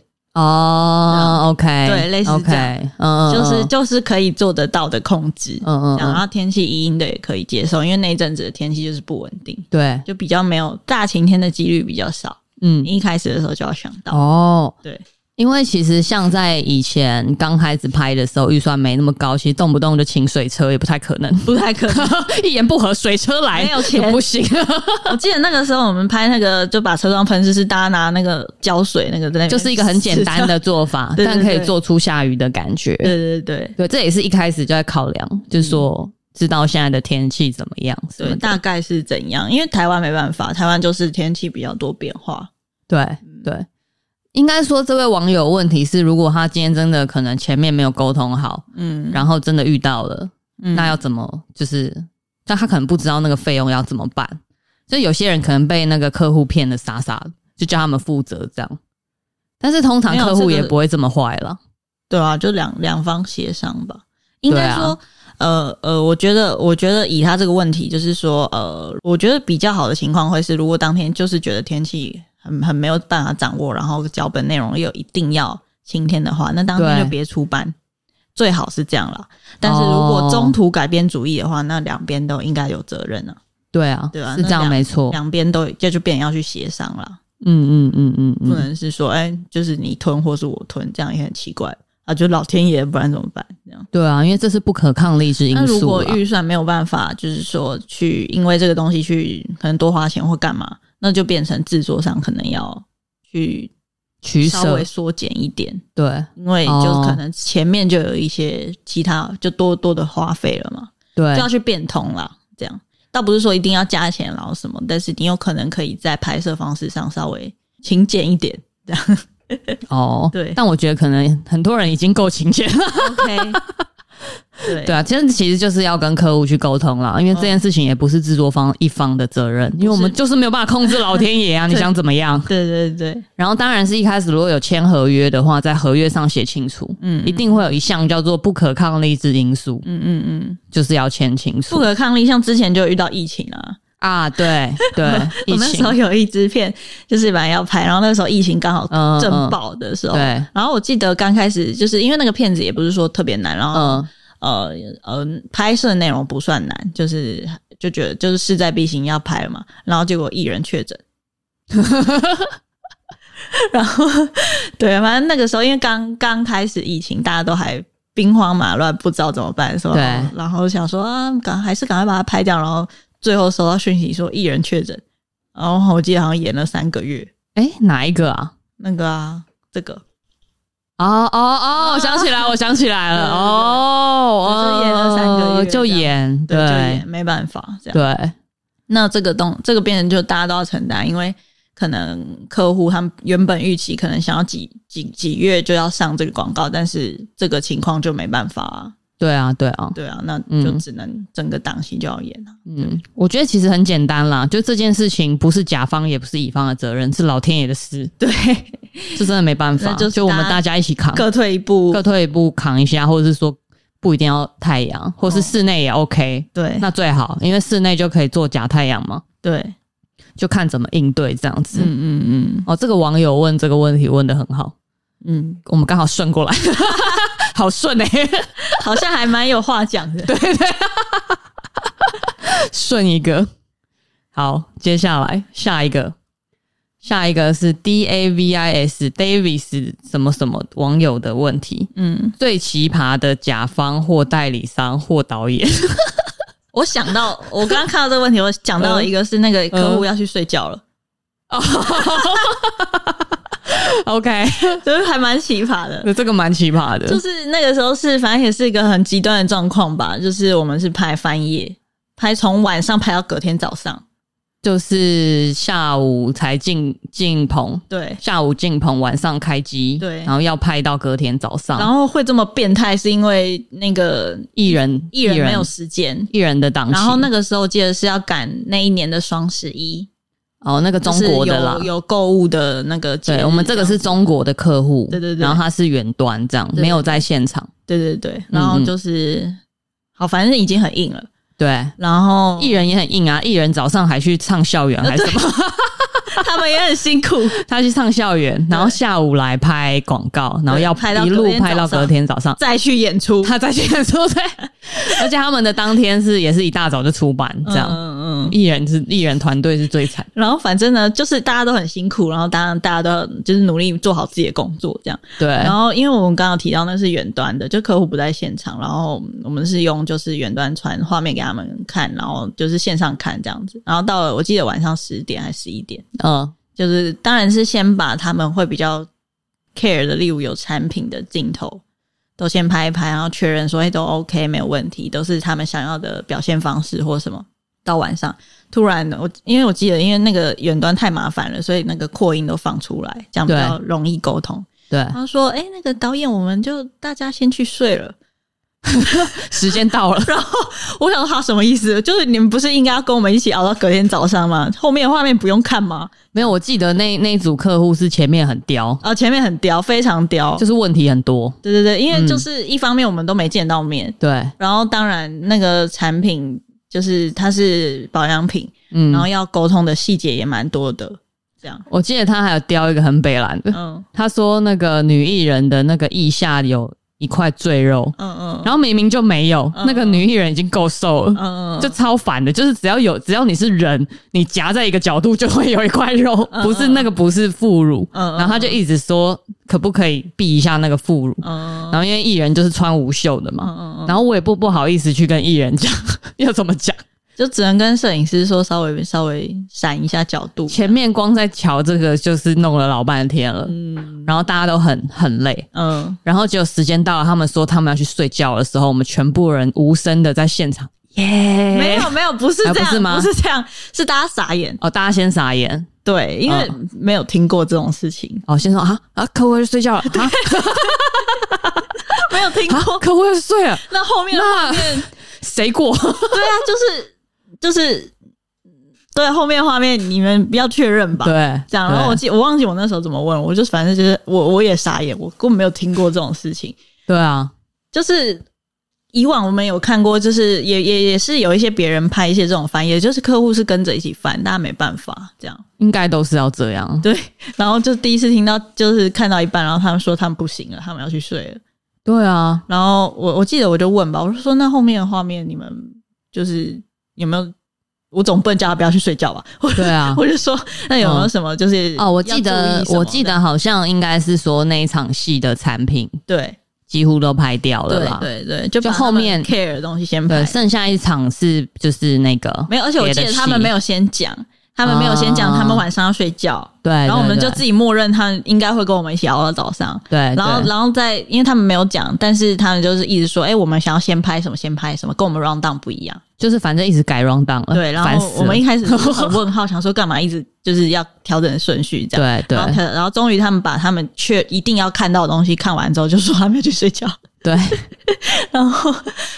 [SPEAKER 1] 哦，OK，
[SPEAKER 4] 对类似这
[SPEAKER 1] OK，
[SPEAKER 4] 样
[SPEAKER 1] 嗯，嗯
[SPEAKER 4] 就是啊就是可以做得到的控制，
[SPEAKER 1] 嗯嗯
[SPEAKER 4] 然
[SPEAKER 1] 嗯，
[SPEAKER 4] 后天气阴阴的也可以接受，因为那一阵子的天气就是不稳定，
[SPEAKER 1] 对，
[SPEAKER 4] 就比较没有大晴天的几率比较少。
[SPEAKER 1] 嗯，
[SPEAKER 4] 你一开始的时候就要想到，
[SPEAKER 1] 哦，
[SPEAKER 4] 对，
[SPEAKER 1] 因为其实像在以前刚开始拍的时候，预算没那么高，其实动不动就请水车也不太可能，
[SPEAKER 4] 不太可能。
[SPEAKER 1] 一言不合水车来，
[SPEAKER 4] 没有钱
[SPEAKER 1] 不行，
[SPEAKER 4] 我记得那个时候我们拍那个就把车窗喷湿，是大家拿那个胶水那个在那边
[SPEAKER 1] 就是一个很简单的做法，
[SPEAKER 4] 对对
[SPEAKER 1] 但可以
[SPEAKER 4] 对
[SPEAKER 1] 做出下雨的感觉。
[SPEAKER 4] 对，对对
[SPEAKER 1] 对，这也是一开始就在考量，就是说知道现在的天气怎么样什
[SPEAKER 4] 对
[SPEAKER 1] 么
[SPEAKER 4] 嗯对，
[SPEAKER 1] 的。
[SPEAKER 4] 大概是怎样？因为台湾没办法，台湾就是天气比较多变化。
[SPEAKER 1] 对
[SPEAKER 4] 嗯
[SPEAKER 1] 对，应该说这位网友问题是，如果他今天真的可能前面没有沟通好，
[SPEAKER 4] 嗯，
[SPEAKER 1] 然后真的遇到了，
[SPEAKER 4] 嗯
[SPEAKER 1] 那要怎么就是？但他可能不知道那个费用要怎么办，所以有些人可能被那个客户骗的傻傻的，就叫他们负责这样。但是通常
[SPEAKER 4] 没有
[SPEAKER 1] 客户
[SPEAKER 4] 这个
[SPEAKER 1] 也不会这么坏了，
[SPEAKER 4] 对啊，就两两方协商吧。应该
[SPEAKER 1] 对
[SPEAKER 4] 说，
[SPEAKER 1] 啊
[SPEAKER 4] 呃呃，我觉得，我觉得以他这个问题，就是说，呃，我觉得比较好的情况会是，如果当天就是觉得天气很很没有办法掌握，然后脚本内容又一定要晴天的话，那当天
[SPEAKER 1] 对
[SPEAKER 4] 就别出班，最好是这样啦。但是如果中途改变主意的
[SPEAKER 1] 哦
[SPEAKER 4] 话，那两边都应该有责任啊，
[SPEAKER 1] 对啊，
[SPEAKER 4] 对啊
[SPEAKER 1] 是这
[SPEAKER 4] 那
[SPEAKER 1] 样
[SPEAKER 4] 两
[SPEAKER 1] 没错，
[SPEAKER 4] 两边都这就变成要去协商啦，
[SPEAKER 1] 嗯嗯嗯嗯
[SPEAKER 4] 不
[SPEAKER 1] 嗯，
[SPEAKER 4] 能是说，哎、就是你吞或是我吞，这样也很奇怪啊，就老天爷，不然怎么办？这样。
[SPEAKER 1] 对啊，因为这是不可抗力之因
[SPEAKER 4] 那如
[SPEAKER 1] 素
[SPEAKER 4] 果
[SPEAKER 1] 啦。
[SPEAKER 4] 预算没有办法，就是说去因为这个东西去可能多花钱或干嘛，那就变成制作上可能要去
[SPEAKER 1] 取
[SPEAKER 4] 稍
[SPEAKER 1] 舍
[SPEAKER 4] 微，缩减一点，
[SPEAKER 1] 对
[SPEAKER 4] 因为
[SPEAKER 1] 哦
[SPEAKER 4] 就可能前面就有一些其他就多多的花费了嘛，
[SPEAKER 1] 对
[SPEAKER 4] 就要去变通啦。这样倒不是说一定要加钱然后什么，但是你有可能可以在拍摄方式上稍微勤俭一点。这样
[SPEAKER 1] 哦，
[SPEAKER 4] 对
[SPEAKER 1] 但我觉得可能很多人已经够勤俭了，
[SPEAKER 4] OK，对
[SPEAKER 1] 对啊，其实其实就是要跟客户去沟通啦，因为这件事情也不是制作方一方的责
[SPEAKER 4] 嗯
[SPEAKER 1] 任，因为我们就是没有办法控制老天爷啊，你想怎么样？
[SPEAKER 4] 对对对，
[SPEAKER 1] 然后当然是一开始如果有签合约的话，在合约上写清楚，
[SPEAKER 4] 嗯
[SPEAKER 1] 一定会有一项叫做不可抗力之因素，
[SPEAKER 4] 嗯嗯嗯，
[SPEAKER 1] 就是要签清
[SPEAKER 4] 不
[SPEAKER 1] 楚
[SPEAKER 4] 可抗力，像之前就有遇到疫情啊，
[SPEAKER 1] 啊，对对，
[SPEAKER 4] 我
[SPEAKER 1] 疫
[SPEAKER 4] 那时候
[SPEAKER 1] 情，
[SPEAKER 4] 有一支片，就是本来要拍，然后那时候疫情刚好
[SPEAKER 1] 嗯
[SPEAKER 4] 正
[SPEAKER 1] 嗯
[SPEAKER 4] 爆的时候，
[SPEAKER 1] 对，
[SPEAKER 4] 然后我记得刚开始就是因为那个片子也不是说特别难，然后、
[SPEAKER 1] 嗯
[SPEAKER 4] 呃呃拍摄内容不算难，就是就觉得就是势在必行要拍了嘛，然后结果艺人确诊。 然后，对，反正那个时候因为刚刚开始疫情，大家都还兵荒马乱，不知道怎么办，是吧？
[SPEAKER 1] 对
[SPEAKER 4] 然后想说啊，赶还是赶快把它拍掉，然后最后收到讯息说一人确诊，然后我记得好像演了三个月，
[SPEAKER 1] 哎，哪一个啊？
[SPEAKER 4] 那个啊，这个
[SPEAKER 1] 哦哦哦，我想起来，我想起来了，
[SPEAKER 4] 对对对
[SPEAKER 1] 哦，哦哦
[SPEAKER 4] 就演了三个月
[SPEAKER 1] 就演，
[SPEAKER 4] 对，就
[SPEAKER 1] 对
[SPEAKER 4] 演没办法这样。
[SPEAKER 1] 对，
[SPEAKER 4] 那这个东这个变成就大家都要承担，因为可能客户他们原本预期可能想要几几几月就要上这个广告，但是这个情况就没办法、啊，
[SPEAKER 1] 对啊，对啊，
[SPEAKER 4] 对啊，那
[SPEAKER 1] 嗯
[SPEAKER 4] 就只能整个档期就要演啊。
[SPEAKER 1] 嗯，我觉得其实很简单啦，就这件事情不是甲方也不是乙方的责任，是老天爷的事，
[SPEAKER 4] 对，
[SPEAKER 1] 这真的没办法，
[SPEAKER 4] 那就是
[SPEAKER 1] 我们
[SPEAKER 4] 大家
[SPEAKER 1] 大家一起扛，
[SPEAKER 4] 各退一步，
[SPEAKER 1] 各退一步扛一下，或者是说不一定要太阳，或
[SPEAKER 4] 哦
[SPEAKER 1] 是室内也 OK，、
[SPEAKER 4] 对
[SPEAKER 1] 那最好，因为室内就可以做假太阳嘛，
[SPEAKER 4] 对，
[SPEAKER 1] 就看怎么应对这样子。
[SPEAKER 4] 嗯嗯
[SPEAKER 1] 哦，这个网友问这个问题问的很好，
[SPEAKER 4] 嗯
[SPEAKER 1] 我们刚好顺过来，好顺哎、
[SPEAKER 4] 嗯， 好像还蛮有话讲的。对，
[SPEAKER 1] 顺一个。好，接下来下一个，下一个是 D A V I S Davis 什么什么网友的问题，
[SPEAKER 4] 嗯，
[SPEAKER 1] 最奇葩的甲方或代理商或导演，
[SPEAKER 4] 我想到我刚刚看到这个问题，我想到一个是那个客户要去睡觉了，
[SPEAKER 1] OK，
[SPEAKER 4] 就是还蛮奇葩的。
[SPEAKER 1] 这个蛮奇葩的，
[SPEAKER 4] 就是那个时候是，反正也是一个很极端的状况吧。就是我们是拍翻夜，拍从晚上拍到隔天早上，
[SPEAKER 1] 就是下午才进进棚，
[SPEAKER 4] 对。
[SPEAKER 1] 下午进棚，晚上开机，
[SPEAKER 4] 对
[SPEAKER 1] 然后要拍到隔天早上，
[SPEAKER 4] 然后会这么变态，是因为那个
[SPEAKER 1] 艺人
[SPEAKER 4] 艺人没有时间。
[SPEAKER 1] 艺人的档期，
[SPEAKER 4] 然后那个时候我记得是要赶那一年的双十一，
[SPEAKER 1] 哦那个中
[SPEAKER 4] 就是
[SPEAKER 1] 国的啦
[SPEAKER 4] 有，有购物的那个节日。
[SPEAKER 1] 对我们这个是中国的客户，
[SPEAKER 4] 对对对
[SPEAKER 1] 然后他是远端这样，
[SPEAKER 4] 对
[SPEAKER 1] 没有在现场，
[SPEAKER 4] 对对对，然后就是、好，反正已经很硬了。
[SPEAKER 1] 对。
[SPEAKER 4] 然后
[SPEAKER 1] 艺人也很 硬啊！艺人早上还去唱校园，还是什么？
[SPEAKER 4] 他们也很辛苦，
[SPEAKER 1] 他去唱校园，然后下午来拍广告，然后要
[SPEAKER 4] 拍到
[SPEAKER 1] 一
[SPEAKER 4] 隔
[SPEAKER 1] 路
[SPEAKER 4] 天
[SPEAKER 1] 拍到
[SPEAKER 4] 早上
[SPEAKER 1] 隔天早上。
[SPEAKER 4] 再去演出，
[SPEAKER 1] 他在现说对，而且他们的当天是也是一大早就出版， 这样
[SPEAKER 4] 嗯嗯嗯。
[SPEAKER 1] 艺、人是艺人团队是最惨，
[SPEAKER 4] 然后反正呢，就是大家都很辛苦，然后当然大家都要就是努力做好自己的工作这样。
[SPEAKER 1] 对，
[SPEAKER 4] 然后因为我们刚刚有提到那是远端的，就客户不在现场，然后我们是用就是远端传画面给他们看，然后就是线上看这样子。然后到了我记得晚上十点还十一点，
[SPEAKER 1] 嗯，
[SPEAKER 4] 就是当然是先把他们会比较 care 的，例如有产品的镜头。都先拍一拍，然后确认说，哎、都 OK，没有问题，都是他们想要的表现方式或什么。到晚上，突然我因为我记得，因为那个远端太麻烦了，所以那个扩音都放出来，这样比
[SPEAKER 1] 对
[SPEAKER 4] 较容易沟通。
[SPEAKER 1] 对，
[SPEAKER 4] 他说：“哎、那个导演，我们就大家先去睡了。
[SPEAKER 1] 时间到 了，”
[SPEAKER 4] 我想说他什么意思？就是你们不是应该要跟我们一起熬到隔天早上吗？后面的画面不用看吗？
[SPEAKER 1] 没有，我记得那那一组客户是前面很刁，
[SPEAKER 4] 啊，前面很刁，非常刁。
[SPEAKER 1] 就是问题很多，
[SPEAKER 4] 对对对，因为就是一方面我们都没见到面，
[SPEAKER 1] 对，
[SPEAKER 4] 然后当然那个产品就是它是保养品，
[SPEAKER 1] 嗯，
[SPEAKER 4] 然后要沟通的细节也蛮多的，这样。
[SPEAKER 1] 我记得他还有刁一个很北蓝的，
[SPEAKER 4] 嗯
[SPEAKER 1] 他说那个女艺人的那个腋下有一块赘肉，
[SPEAKER 4] 嗯嗯，
[SPEAKER 1] 然后明明就没有，
[SPEAKER 4] 嗯
[SPEAKER 1] 那个女艺人已经够瘦了，
[SPEAKER 4] 嗯嗯
[SPEAKER 1] 就超烦的，就是只要有只要你是人，你夹在一个角度就会有一块肉，不是那个不是副乳，
[SPEAKER 4] 嗯嗯
[SPEAKER 1] 然后他就一直说可不可以避一下那个副乳，
[SPEAKER 4] 嗯
[SPEAKER 1] 然后因为艺人就是穿无袖的嘛，
[SPEAKER 4] 嗯嗯，
[SPEAKER 1] 然后我也不不好意思去跟艺人讲 要怎么讲，
[SPEAKER 4] 就只能跟摄影师说稍微稍微闪一下角度。
[SPEAKER 1] 前面光在瞧这个就是弄了老半天了，
[SPEAKER 4] 嗯
[SPEAKER 1] 然后大家都很很累。
[SPEAKER 4] 嗯，
[SPEAKER 1] 然后结果时间到了，他们说他们要去睡觉的时候，我们全部人无声的在现场，耶！
[SPEAKER 4] 没有没有，不是
[SPEAKER 1] 啊
[SPEAKER 4] 这样，
[SPEAKER 1] 不是吗
[SPEAKER 4] 不是这样，是大家傻眼。
[SPEAKER 1] 哦，大家先傻眼，
[SPEAKER 4] 对，因为没有听过这种事情，
[SPEAKER 1] 哦，先说啊啊，客户要去睡觉了，啊
[SPEAKER 4] 没有听
[SPEAKER 1] 啊
[SPEAKER 4] 过。，
[SPEAKER 1] 客户要去睡 了，
[SPEAKER 4] 那后面
[SPEAKER 1] 那
[SPEAKER 4] 后面，
[SPEAKER 1] 谁 过？
[SPEAKER 4] 对啊，就是就是，对后面画面你们不要确认吧。
[SPEAKER 1] 对，
[SPEAKER 4] 这样，然后我记我忘记我那时候怎么问，我就反正就是我我也傻眼，我根本没有听过这种事情。
[SPEAKER 1] 对啊，
[SPEAKER 4] 就是以往我们有看过，就是也也也是有一些别人拍一些这种翻译，也就是客户是跟着一起翻，大家没办法这样。
[SPEAKER 1] 应该都是要这样，
[SPEAKER 4] 对，然后就第一次听到，就是看到一半，然后他们说他们不行了，他们要去睡了。
[SPEAKER 1] 对啊，
[SPEAKER 4] 然后我我记得我就问吧，我就说那后面的画面你们就是有没有？我总不能叫他不要去睡觉吧？我
[SPEAKER 1] 对啊
[SPEAKER 4] 我就说那有没有
[SPEAKER 1] 嗯
[SPEAKER 4] 什么就是
[SPEAKER 1] 哦，我记
[SPEAKER 4] 要注
[SPEAKER 1] 得
[SPEAKER 4] 意什么
[SPEAKER 1] 我记得好像应该是说那一场戏的产品
[SPEAKER 4] 对
[SPEAKER 1] 几乎都拍掉了
[SPEAKER 4] 对
[SPEAKER 1] 啦。
[SPEAKER 4] 对对，就
[SPEAKER 1] 啊就
[SPEAKER 4] 把
[SPEAKER 1] 后
[SPEAKER 4] 他们
[SPEAKER 1] 面
[SPEAKER 4] care 的东西先排
[SPEAKER 1] 对，剩下一场是就是那个
[SPEAKER 4] 没有，而且我
[SPEAKER 1] 别
[SPEAKER 4] 记
[SPEAKER 1] 的
[SPEAKER 4] 得他们
[SPEAKER 1] 戏
[SPEAKER 4] 没有先讲，他们没有先讲，
[SPEAKER 1] 啊
[SPEAKER 4] 他们晚上要睡觉，
[SPEAKER 1] 对，
[SPEAKER 4] 然后我们
[SPEAKER 1] 对
[SPEAKER 4] 就自己默认他们应该会跟我们一起熬到早上。
[SPEAKER 1] 对，
[SPEAKER 4] 然后，
[SPEAKER 1] 对
[SPEAKER 4] 然后再，因为他们没有讲，但是他们就是一直说，哎、我们想要先拍什么，先拍什么，跟我们 round down 不一样。
[SPEAKER 1] 就是反正一直改 round down 了，
[SPEAKER 4] 对，然
[SPEAKER 1] 烦
[SPEAKER 4] 后
[SPEAKER 1] 死
[SPEAKER 4] 我们
[SPEAKER 1] 了
[SPEAKER 4] 一开始就很问号，想说干嘛一直就是要调整顺序这 样。
[SPEAKER 1] 对
[SPEAKER 4] 然后
[SPEAKER 1] 对
[SPEAKER 4] 可，然后终于他们把他们确一定要看到的东西看完之后，就说他们要去睡觉。
[SPEAKER 1] 对，
[SPEAKER 4] 然后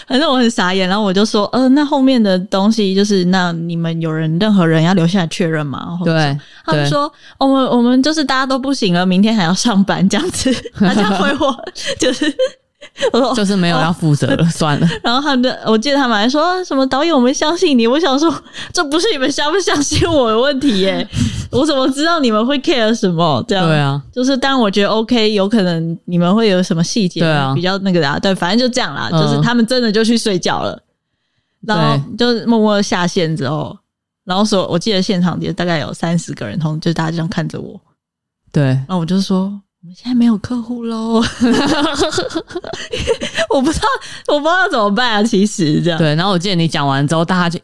[SPEAKER 4] 反正我很傻眼，然后我就说，呃，那后面的东西就是，那你们有人任何人要留下来确认吗？然后
[SPEAKER 1] 对，
[SPEAKER 4] 他们
[SPEAKER 1] 对
[SPEAKER 4] 说，哦我们我们就是大家都不行了，明天还要上班这样子， 他这样回我，就是 我 说，
[SPEAKER 1] 就是没有要负责了，
[SPEAKER 4] 哦
[SPEAKER 1] 算 了。
[SPEAKER 4] 然后他们就，我记得他们还说什么导演，我们相信你。我想说，这不是你们相不相信我的问题耶、我怎么知道你们会 care 什么？这样
[SPEAKER 1] 对啊，
[SPEAKER 4] 就是，当然我觉得 OK，有可能你们会有什么细节
[SPEAKER 1] 对啊
[SPEAKER 4] 比较那个的、啊，对，反正就这样啦。
[SPEAKER 1] 嗯
[SPEAKER 4] 就是他们真的就去睡觉了，然后就默默下线之后，然后说，我记得现场也大概有三十个人，同就大家这样看着我，
[SPEAKER 1] 对，
[SPEAKER 4] 然后我就说，我们现在没有客户喽， 我不知道，我不知道怎么办啊，其实这样，
[SPEAKER 1] 对，然后我记得你讲完之后，大家就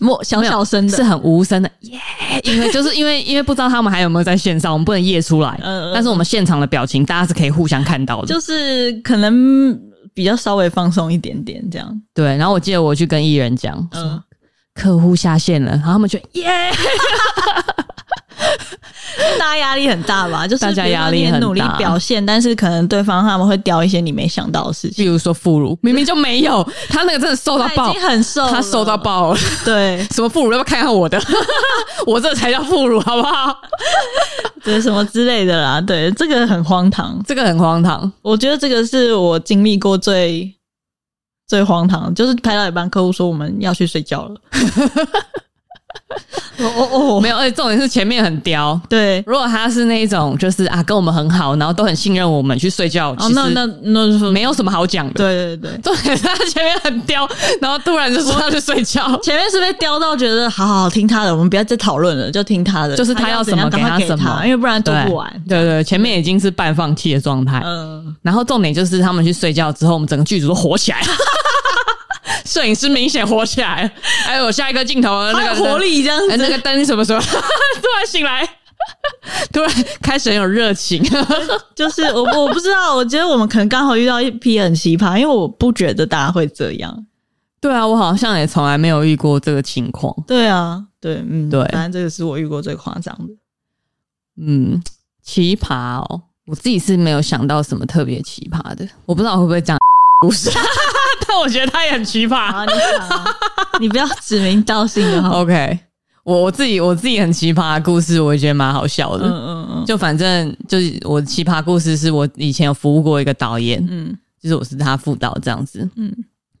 [SPEAKER 4] 默小
[SPEAKER 1] 没有
[SPEAKER 4] 小声的，
[SPEAKER 1] 是很无声的耶，因 为就是因为因为不知道他们还有没有在线上，我们不能夜出来，
[SPEAKER 4] 嗯嗯
[SPEAKER 1] 但是我们现场的表情大家是可以互相看到的，
[SPEAKER 4] 就是可能比较稍微放松一点点这样，
[SPEAKER 1] 对。然后我记得我去跟艺人讲，
[SPEAKER 4] 嗯。
[SPEAKER 1] 客户下线了，然后他们就耶，
[SPEAKER 4] 大家压力很大 吧？就是
[SPEAKER 1] 大家
[SPEAKER 4] 比如说
[SPEAKER 1] 压力
[SPEAKER 4] 你
[SPEAKER 1] 很大
[SPEAKER 4] 努力表现，但是可能对方他们会掉一些你没想到的事
[SPEAKER 1] 比
[SPEAKER 4] 情。
[SPEAKER 1] 如说副乳，明明就没有，他那个真的瘦到
[SPEAKER 4] 他已
[SPEAKER 1] 爆
[SPEAKER 4] 经，很瘦了，
[SPEAKER 1] 他瘦到爆了，
[SPEAKER 4] 对，
[SPEAKER 1] 什么副乳要不要看看我的？ 我这才叫副乳，好不好？
[SPEAKER 4] 对什么之类的啦。对，这个很荒唐。
[SPEAKER 1] 这个很荒唐，
[SPEAKER 4] 我觉得这个是我经历过最最荒唐的，就是拍到一半，客户说我们要去睡觉 了。哦哦
[SPEAKER 1] 我
[SPEAKER 4] 哦，
[SPEAKER 1] 没有，而且重点是前面很刁。
[SPEAKER 4] 对，
[SPEAKER 1] 如果他是那一种，就是啊，跟我们很好，然后都很信任我们去睡觉，
[SPEAKER 4] 哦
[SPEAKER 1] 其，
[SPEAKER 4] 那
[SPEAKER 1] 实
[SPEAKER 4] 那那就说，
[SPEAKER 1] 没有什么好讲的。
[SPEAKER 4] 对对对。
[SPEAKER 1] 重点是他前面很刁，然后突然就说要去睡 觉，
[SPEAKER 4] 前面是被刁到，觉得好好好听他的，我们不要再讨论了，就听他的，
[SPEAKER 1] 就是
[SPEAKER 4] 他
[SPEAKER 1] 他要
[SPEAKER 4] 怎
[SPEAKER 1] 什么
[SPEAKER 4] 样赶
[SPEAKER 1] 给
[SPEAKER 4] 快
[SPEAKER 1] 他
[SPEAKER 4] 给
[SPEAKER 1] 什么
[SPEAKER 4] 因为不然做
[SPEAKER 1] 对
[SPEAKER 4] 不完。
[SPEAKER 1] 对对，前面已经是半放弃的状态。
[SPEAKER 4] 嗯，
[SPEAKER 1] 然后重点就是他们去睡觉之后，我们整个剧组都火起来 了。摄影师明显火起来了，还有下一个镜头的那
[SPEAKER 4] 好有
[SPEAKER 1] 个
[SPEAKER 4] 活力这样子，
[SPEAKER 1] 哎，那个灯什么时候 突然醒来？ 突然开始很有热情，
[SPEAKER 4] 就是我我不知道，我觉得我们可能刚好遇到一批很奇葩，因为我不觉得大家会这样。
[SPEAKER 1] 对啊，我好像也从来没有遇过这个情况。
[SPEAKER 4] 对啊，对，嗯，
[SPEAKER 1] 对
[SPEAKER 4] 反正这个是我遇过最夸张的。
[SPEAKER 1] 嗯，奇葩哦，我自己是没有想到什么特别奇葩的，我不知道我会不会讲 故事，但我觉得他也很奇葩。
[SPEAKER 4] 啊，你讲啊你不要指名道姓的好。
[SPEAKER 1] OK，我我自己我自己很奇葩的故事，我也觉得蛮好笑的。
[SPEAKER 4] 嗯嗯嗯，
[SPEAKER 1] 就反正就是我奇葩故事，是我以前有服务过一个导演，
[SPEAKER 4] 嗯
[SPEAKER 1] 就是我是他副导这样子。
[SPEAKER 4] 嗯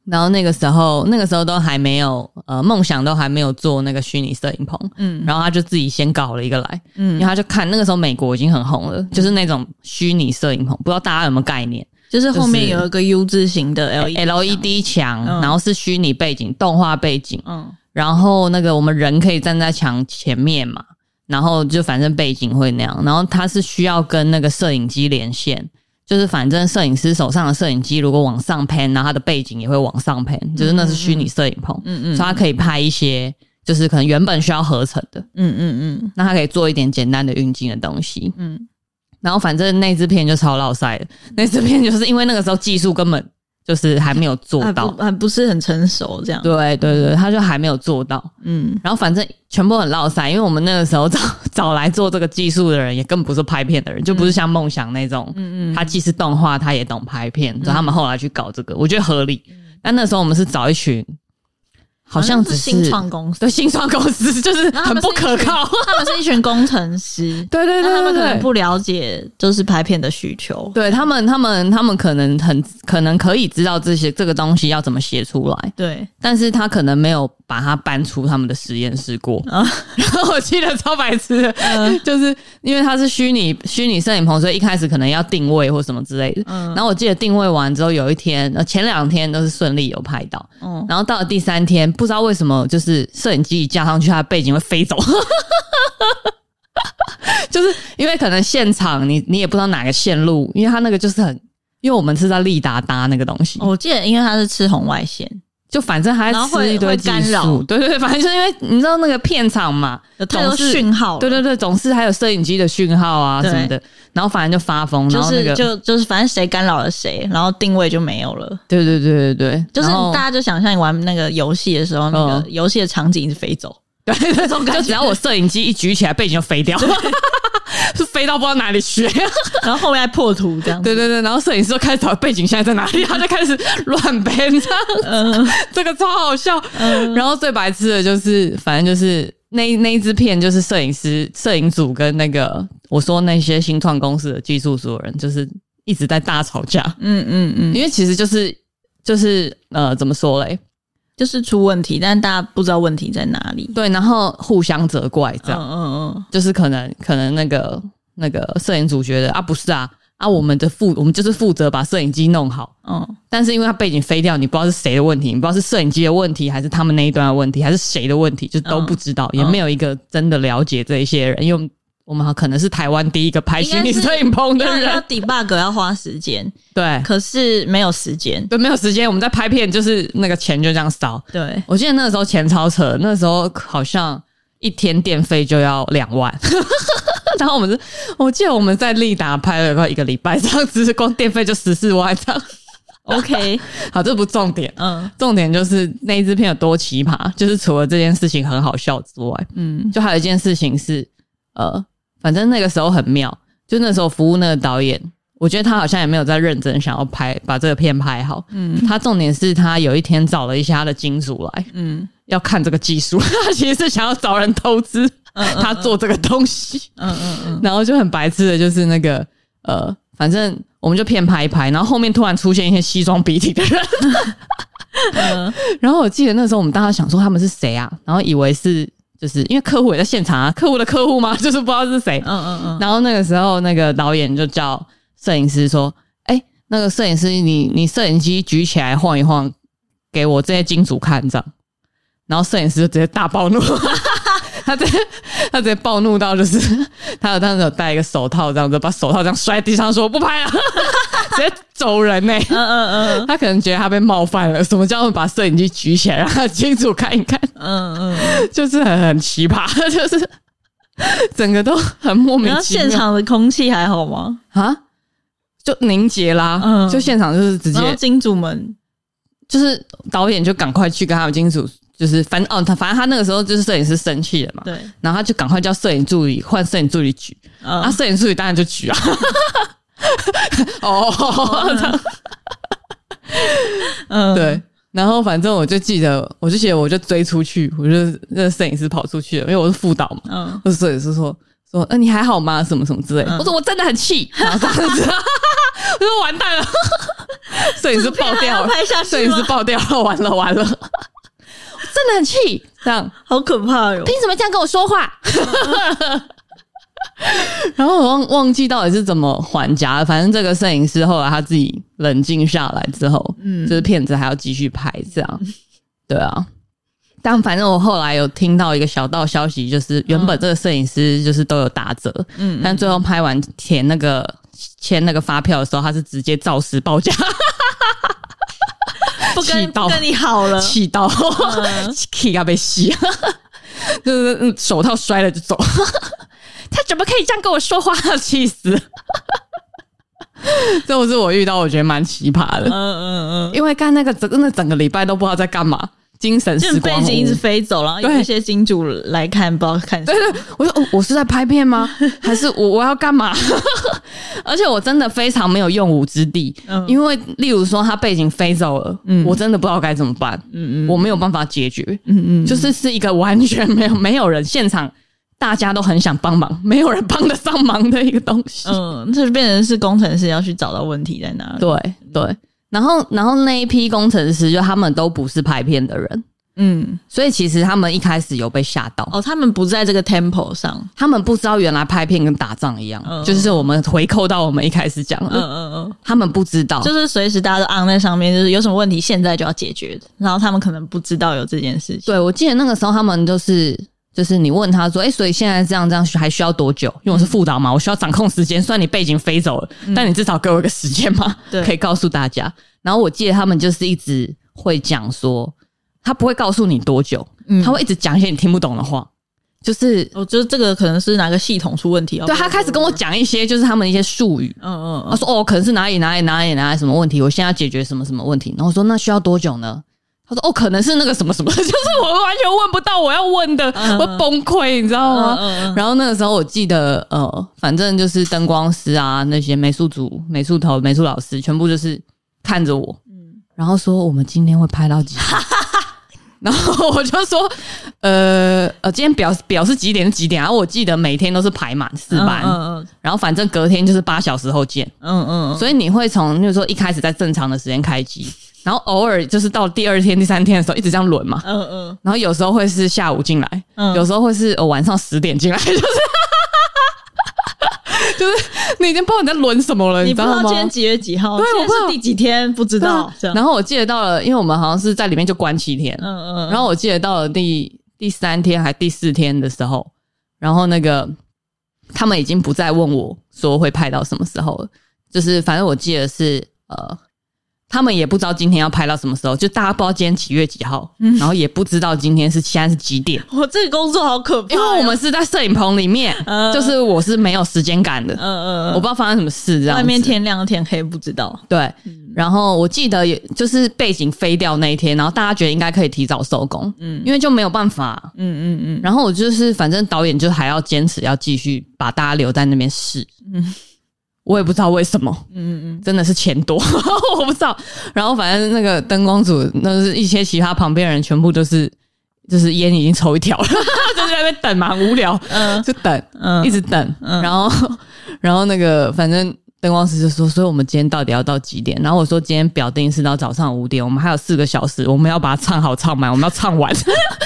[SPEAKER 1] 然后那个时候，那个时候都还没有呃，梦想都还没有做那个虚拟摄影棚，
[SPEAKER 4] 嗯
[SPEAKER 1] 然后他就自己先搞了一个来，因为
[SPEAKER 4] 嗯，
[SPEAKER 1] 他就看那个时候美国已经很红了，就是那种虚拟摄影棚，不知道大家有没有概念
[SPEAKER 4] 就是后面有一个 U 字形的 LED，
[SPEAKER 1] ？LED 墙，
[SPEAKER 4] E 嗯
[SPEAKER 1] 然后是虚拟背景、动画背景，
[SPEAKER 4] 嗯
[SPEAKER 1] 然后那个我们人可以站在墙前面嘛，然后就反正背景会那样，然后它是需要跟那个摄影机连线，就是反正摄影师手上的摄影机如果往上 pan，然后它的背景也会往上 pan，就是那是虚拟摄影棚，
[SPEAKER 4] 嗯嗯
[SPEAKER 1] 所以它可以拍一些就是可能原本需要合成的，
[SPEAKER 4] 嗯嗯嗯
[SPEAKER 1] 那它可以做一点简单的运镜的东西。
[SPEAKER 4] 嗯，
[SPEAKER 1] 然后反正那支片就超老塞的，那支片就是因为那个时候技术根本就是还没有做
[SPEAKER 4] 还
[SPEAKER 1] 到，
[SPEAKER 4] 啊不还不是很成熟这样。
[SPEAKER 1] 对对对，他就还没有做到。
[SPEAKER 4] 嗯
[SPEAKER 1] 然后反正全部很落塞，因为我们那个时候 找找来做这个技术的人，也更不是拍片的人，就不是像梦想那种，
[SPEAKER 4] 嗯嗯，
[SPEAKER 1] 他既是动画，他也懂拍片，所以他们后来去搞这个，我觉得合理。
[SPEAKER 4] 嗯
[SPEAKER 1] 但那时候我们是找一群，好像只
[SPEAKER 4] 是新创公司，
[SPEAKER 1] 对新创公司，就是
[SPEAKER 4] 然后他
[SPEAKER 1] 很
[SPEAKER 4] 们
[SPEAKER 1] 不可靠。，
[SPEAKER 4] 他们是一群工程师
[SPEAKER 1] 对对
[SPEAKER 4] 但
[SPEAKER 1] 对
[SPEAKER 4] 他们可
[SPEAKER 1] 对
[SPEAKER 4] 能
[SPEAKER 1] 对。
[SPEAKER 4] 不了解就是拍片的需求。
[SPEAKER 1] 对他们，他们，他们可能很可能可以知道这些这个东西要怎么写出来，
[SPEAKER 4] 对，
[SPEAKER 1] 但是他可能没有把它搬出他们的实验室过。
[SPEAKER 4] 啊
[SPEAKER 1] 然后我记得超白痴的，
[SPEAKER 4] 嗯
[SPEAKER 1] 就是因为它是虚拟虚拟摄影棚，所以一开始可能要定位或什么之类的。
[SPEAKER 4] 嗯
[SPEAKER 1] 然后我记得定位完之后，有一天，呃，前两天都是顺利有拍到，
[SPEAKER 4] 嗯，
[SPEAKER 1] 然后到了第三天，不知道为什么，就是摄影机一架上去，它的背景会飞走。 就是因为可能现场你你也不知道哪个线路，因为它那个就是很因为我们是在利达搭那个东西，
[SPEAKER 4] 我记得因为他是吃红外线，
[SPEAKER 1] 就反正还在
[SPEAKER 4] 然后会
[SPEAKER 1] 吃一堆
[SPEAKER 4] 会
[SPEAKER 1] 技
[SPEAKER 4] 干
[SPEAKER 1] 术，
[SPEAKER 4] 扰
[SPEAKER 1] 对对对，反正就是因为你知道那个片场嘛，
[SPEAKER 4] 有太多
[SPEAKER 1] 总是
[SPEAKER 4] 讯号了，
[SPEAKER 1] 对对对，总是还有摄影机的讯号啊
[SPEAKER 4] 哦对
[SPEAKER 1] 什么的，然后反正就发疯，然
[SPEAKER 4] 就
[SPEAKER 1] 后
[SPEAKER 4] 是、
[SPEAKER 1] 那个
[SPEAKER 4] 就就是反正谁干扰了谁，然后定位就没有了。
[SPEAKER 1] 对对对对对，
[SPEAKER 4] 就是
[SPEAKER 1] 然后
[SPEAKER 4] 大家就想象你玩那个游戏的时候，那个游戏的场景一直飞 走，
[SPEAKER 1] 对这种感觉， 就只要我摄影机一举起来，背景就飞 掉，是飞到不知道哪里去。
[SPEAKER 4] 然后后面还破图这样子。
[SPEAKER 1] 对对对，然后摄影师就开始找背景现在在哪里，他就开始乱编这样，
[SPEAKER 4] 嗯
[SPEAKER 1] 这个超好笑。
[SPEAKER 4] 嗯，
[SPEAKER 1] 然后最白痴的就是，反正就是那那一支片，就是摄影师、摄影组跟那个我说那些新创公司的技术所有人，就是一直在大吵架，
[SPEAKER 4] 嗯嗯嗯，
[SPEAKER 1] 因为其实就是就是呃怎么说嘞？
[SPEAKER 4] 就是出问题，但大家不知道问题在哪里。
[SPEAKER 1] 对，然后互相责怪这
[SPEAKER 4] 嗯
[SPEAKER 1] 样。
[SPEAKER 4] 嗯嗯，
[SPEAKER 1] 就是可能可能那个那个摄影组觉得啊不是啊啊我们的负我们就是负责把摄影机弄好，
[SPEAKER 4] 嗯，
[SPEAKER 1] 但是因为它背景飞掉，你不知道是谁的问题，你不知道是摄影机的问题还是他们那一端的问题还是谁的问题，就都不知道，也没有一个真的了解这一些人，因为我们我们可能是台湾第一个拍虚拟
[SPEAKER 4] 应该是
[SPEAKER 1] 摄影棚的
[SPEAKER 4] 要要
[SPEAKER 1] 人，
[SPEAKER 4] debug 要花时间，
[SPEAKER 1] 对
[SPEAKER 4] 可是没有时间。
[SPEAKER 1] 对，没有时间，我们在拍片就是那个钱就这样烧。
[SPEAKER 4] 对，
[SPEAKER 1] 我记得那时候钱超扯，那时候好像一天电费就要两万。 然后我们是，我记得我们在利达拍了快一个礼拜，这样子光电费就十四万这样。
[SPEAKER 4] OK，
[SPEAKER 1] 好，这不重点，
[SPEAKER 4] 嗯
[SPEAKER 1] 重点就是那一支片有多奇葩。就是除了这件事情很好笑之外，
[SPEAKER 4] 嗯
[SPEAKER 1] 就还有一件事情是，呃，反正那个时候很妙，就那时候服务那个导演，我觉得他好像也没有在认真想要拍把这个片拍好。
[SPEAKER 4] 嗯
[SPEAKER 1] 他重点是他有一天找了一下他的金主来，
[SPEAKER 4] 嗯
[SPEAKER 1] 要看这个技术， 他其实是想要找人投资
[SPEAKER 4] 嗯嗯
[SPEAKER 1] 他做这个东西，
[SPEAKER 4] 嗯嗯
[SPEAKER 1] 然后就很白痴的，就是那个呃，反正我们就骗拍一拍，然后后面突然出现一些西装笔挺的人，
[SPEAKER 4] 嗯
[SPEAKER 1] 然后我记得那时候我们大家想说他们是谁啊，然后以为是就是因为客户也在现场啊，客户的客户吗？ 就是不知道是谁，
[SPEAKER 4] 嗯嗯
[SPEAKER 1] 然后那个时候，那个导演就叫摄影师说：“哎、那个摄影师，你你摄影机举起来晃一晃，给我这些金主看这样。”然后摄影师就直接大暴怒， 他直接他直接暴怒到就是 他有当时有戴一个手套，这样子把手套这样摔地上说：“不拍了， 直接走人呢、欸
[SPEAKER 4] 嗯嗯
[SPEAKER 1] 他可能觉得他被冒犯了，什么叫把摄影机举起来让他金主看一看？
[SPEAKER 4] 嗯嗯，
[SPEAKER 1] 就是很很奇葩， 就是整个都很莫名
[SPEAKER 4] 然后
[SPEAKER 1] 其妙。
[SPEAKER 4] 现场的空气还好吗？
[SPEAKER 1] 啊，就凝结啦，
[SPEAKER 4] 嗯
[SPEAKER 1] 就现场就是直接
[SPEAKER 4] 然后金主们，
[SPEAKER 1] 就是导演就赶快去跟他们金主，就是反正哦他反正他那个时候就是摄影师生气了嘛，
[SPEAKER 4] 对，
[SPEAKER 1] 然后他就赶快叫摄影助理换摄影助理举，啊，
[SPEAKER 4] 啊，
[SPEAKER 1] 摄影助理当然就举 啊，哦，
[SPEAKER 4] 嗯，
[SPEAKER 1] 对。然后反正我就记得，我就记得我就追出去，我就那摄影师跑出去了，因为我是副导嘛，
[SPEAKER 4] 嗯，
[SPEAKER 1] 我摄影师说说，嗯、你还好吗？什么什么之类的。
[SPEAKER 4] 嗯
[SPEAKER 1] 我说我真的很气，然后这样子， 我说完蛋了，摄影师爆
[SPEAKER 4] 这个
[SPEAKER 1] 掉
[SPEAKER 4] 片还要
[SPEAKER 1] 了
[SPEAKER 4] 拍下，去
[SPEAKER 1] 摄影师
[SPEAKER 4] 吗
[SPEAKER 1] 爆掉了，完了完了，我 真的很气，这样
[SPEAKER 4] 好可怕哟！
[SPEAKER 1] 凭什么这样跟我说话？ 然后我忘忘记到底是怎么还价了，反正这个摄影师后来他自己冷静下来之后，嗯，
[SPEAKER 4] 嗯
[SPEAKER 1] 就是骗子还要继续拍这 样，对啊。但反正我后来有听到一个小道消息，就是原本这个摄影师就是都有打折，
[SPEAKER 4] 嗯
[SPEAKER 1] 但最后拍完填那个签那个发票的时候，他是直接照实报价，
[SPEAKER 4] 不
[SPEAKER 1] 气
[SPEAKER 4] 跟
[SPEAKER 1] 到
[SPEAKER 4] 不跟你好了，
[SPEAKER 1] 气到
[SPEAKER 4] 嗯
[SPEAKER 1] 气到被吸， 就是嗯手套摔了就走。 他怎么可以这样跟我说话？气死！ 这种是我遇到我觉得蛮奇葩
[SPEAKER 4] 嗯
[SPEAKER 1] 的，
[SPEAKER 4] 嗯嗯，
[SPEAKER 1] 因为干那个整那整个礼拜都不知道在干嘛，精神
[SPEAKER 4] 就是
[SPEAKER 1] 时
[SPEAKER 4] 背
[SPEAKER 1] 光
[SPEAKER 4] 景一直
[SPEAKER 1] 屋。
[SPEAKER 4] 飞走，然后有
[SPEAKER 1] 对
[SPEAKER 4] 一些金主来看，不知道看什么，
[SPEAKER 1] 对对， 我说、哦、我是在拍片 吗？还是我我要干嘛？ 而且我真的非常没有用武之地，
[SPEAKER 4] 嗯
[SPEAKER 1] 因为例如说他背景飞走了，
[SPEAKER 4] 嗯
[SPEAKER 1] 我真的不知道该怎么办，
[SPEAKER 4] 嗯嗯
[SPEAKER 1] 我没有办法解决，
[SPEAKER 4] 嗯嗯，
[SPEAKER 1] 就是是一个完全没有没有人现场，大家都很想帮忙，没有人帮得上忙的一个东西。
[SPEAKER 4] 嗯，这就变成是工程师要去找到问题在哪里。
[SPEAKER 1] 对对，然后然后那一批工程师就他们都不是拍片的人，
[SPEAKER 4] 嗯，
[SPEAKER 1] 所以其实他们一开始有被吓到，
[SPEAKER 4] 哦，他们不在这个 tempo 上，
[SPEAKER 1] 他们不知道原来拍片跟打仗一样，
[SPEAKER 4] 嗯
[SPEAKER 1] 就是我们回扣到我们一开始讲，
[SPEAKER 4] 嗯
[SPEAKER 1] 的，
[SPEAKER 4] 嗯嗯，
[SPEAKER 1] 他们不知道，
[SPEAKER 4] 就是随时大家都 on 在上面，就是有什么问题现在就要解决，然后他们可能不知道有这件事情。
[SPEAKER 1] 对，我记得那个时候他们就是就是你问他说，哎、所以现在这样这样还需要多久？因为我是副导嘛，我需要掌控时间。虽然你背景飞走了，但你至少给我一个时间嘛，
[SPEAKER 4] 嗯对
[SPEAKER 1] 可以告诉大家。然后我记得他们就是一直会讲说，他不会告诉你多久，
[SPEAKER 4] 嗯
[SPEAKER 1] 他会一直讲一些你听不懂的话，就是
[SPEAKER 4] 我觉得这个可能哦是哪个系统出问题哦。
[SPEAKER 1] 对他开始跟我讲一些就是他们一些术语，
[SPEAKER 4] 嗯，嗯
[SPEAKER 1] 他
[SPEAKER 4] 嗯，
[SPEAKER 1] 说哦，可能是哪里哪里哪里哪里什么问题，我现在要解决什么什么问题。然后我说那需要多久呢？他说哦，可能是那个什么 什么，就是我完全问不到我要问的，
[SPEAKER 4] 嗯
[SPEAKER 1] 我崩溃，你知道吗？
[SPEAKER 4] 嗯嗯嗯
[SPEAKER 1] 然后那个时候我记得呃，反正就是灯光师啊，那些美术组、美术头、美术老师，全部就是看着我，
[SPEAKER 4] 嗯
[SPEAKER 1] 然后说我们今天会拍到 几点。然后我就说，呃呃，今天表表是几点是几点？然后我记得每天都是排满四班，
[SPEAKER 4] 嗯
[SPEAKER 1] 然后反正隔天就是八小时后见。
[SPEAKER 4] 嗯嗯
[SPEAKER 1] 所以你会从，就是说一开始在正常的时间开机， 然后偶尔就是到第二天、第三天的时候一直这样轮嘛，
[SPEAKER 4] 嗯嗯
[SPEAKER 1] 然后有时候会是下午进来，
[SPEAKER 4] 嗯
[SPEAKER 1] 有时候会是、哦、晚上十点进来， 就是就是你已经不知道你在轮什么了，
[SPEAKER 4] 嗯，你
[SPEAKER 1] 知
[SPEAKER 4] 不
[SPEAKER 1] 道
[SPEAKER 4] 知道
[SPEAKER 1] 吗
[SPEAKER 4] 今？天几月几号？
[SPEAKER 1] 对
[SPEAKER 4] 现在
[SPEAKER 1] 我不知道
[SPEAKER 4] 是第几天，不知
[SPEAKER 1] 对
[SPEAKER 4] 道
[SPEAKER 1] 啊。
[SPEAKER 4] 这样，
[SPEAKER 1] 然后我记得到了，因为我们好像是在里面就关七天，
[SPEAKER 4] 嗯嗯，
[SPEAKER 1] 然后我记得到了第第三天还第四天的时候，然后那个他们已经不再问我说会拍到什么时候了，就是反正我记得是呃，他们也不知道今天要拍到什么时候，就大家不知道今天几月几号，
[SPEAKER 4] 嗯
[SPEAKER 1] 然后也不知道今天是现在是几点，
[SPEAKER 4] 我这个工作好可怕
[SPEAKER 1] 因
[SPEAKER 4] 哦，
[SPEAKER 1] 为我们是在摄影棚里面，
[SPEAKER 4] 嗯
[SPEAKER 1] 就是我是没有时间感的，
[SPEAKER 4] 嗯嗯
[SPEAKER 1] 我
[SPEAKER 4] 嗯，
[SPEAKER 1] 不知道发生什么事这样子。
[SPEAKER 4] 外面天亮天黑不知道，
[SPEAKER 1] 对，
[SPEAKER 4] 嗯
[SPEAKER 1] 然后我记得也就是背景飞掉那一天，然后大家觉得应该可以提早收工，嗯，因为就没有办法，
[SPEAKER 4] 嗯嗯
[SPEAKER 1] 然后我就是，反正导演就还要坚持要继续把大家留在那边试。嗯，我也不知道为什么，
[SPEAKER 4] 嗯嗯
[SPEAKER 1] 真的是钱多， 我不知道。然后反正那个灯光组，那是一些其他旁边的人全部都是，就是烟已经抽一条了， 就在那边等嘛，很无聊，
[SPEAKER 4] 嗯
[SPEAKER 1] 就等，
[SPEAKER 4] 嗯
[SPEAKER 1] 一
[SPEAKER 4] 嗯，
[SPEAKER 1] 直等。然后， 然后那个反正。灯光师就说：“所以我们今天到底要到几点？”然后我说：“今天表定是到早上五点，我们还有四个小时，我们要把它唱好唱满，我们要唱完。”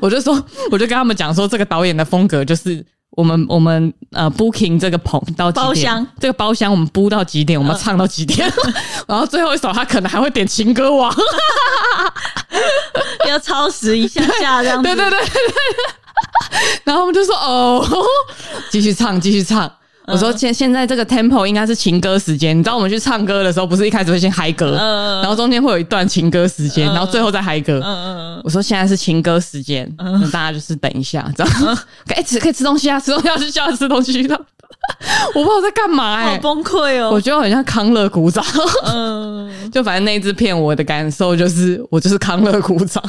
[SPEAKER 1] 我就说，我就跟他们讲说，这个导演的风格就是我们我们呃 booking 这个棚到几点
[SPEAKER 4] 包厢嗯
[SPEAKER 1] 这个包厢我们 book 到几点，我们要唱到几点， 然后最后一首他可能还会点情歌王，
[SPEAKER 4] 要超时一下下这样子，
[SPEAKER 1] 对对对对对。 然后我们就说哦， 继续唱，继续唱。我说
[SPEAKER 4] 嗯
[SPEAKER 1] 现现在这个 tempo 应该是情歌时间，你知道我们去唱歌的时候，不是一开始会先嗨歌，
[SPEAKER 4] 嗯嗯嗯
[SPEAKER 1] 然后中间会有一段情歌时间，然后最后再嗨歌。
[SPEAKER 4] 嗯嗯
[SPEAKER 1] 我说现在是情歌时间，那大家就是等一下，这
[SPEAKER 4] 嗯
[SPEAKER 1] 样。哎、吃 可以吃东西啊，吃东西啊，去 叫他吃东西的。我不知道我在干嘛
[SPEAKER 4] 嗯，
[SPEAKER 1] 哎、
[SPEAKER 4] 好崩溃
[SPEAKER 1] 我
[SPEAKER 4] 哦，
[SPEAKER 1] 觉得我很像康乐鼓掌。
[SPEAKER 4] 嗯，
[SPEAKER 1] 就反正那一支片，我的感受就是我就是康乐鼓掌。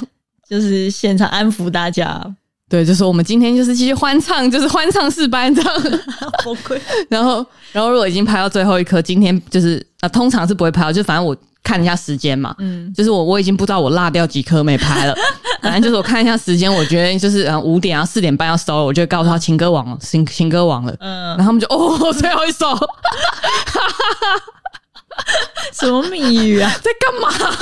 [SPEAKER 4] 就是现场安抚大 家，
[SPEAKER 1] 对，就说我们今天就是继续欢唱，就是欢唱四班这样。
[SPEAKER 4] 崩溃，
[SPEAKER 1] 然后，然后如果已经拍到最后一颗，今天就是啊，通常是不会拍到，就反正我看一下时间嘛，
[SPEAKER 4] 嗯
[SPEAKER 1] 就是我我已经不知道我落掉几颗没拍了，反正就是我看一下时间，我觉得就是嗯五点啊四点半要收了，我就告诉他情歌王了，情情歌王了，
[SPEAKER 4] 嗯
[SPEAKER 1] 然，后他们就哦最后一首
[SPEAKER 4] 什么谜语啊？
[SPEAKER 1] 在干嘛？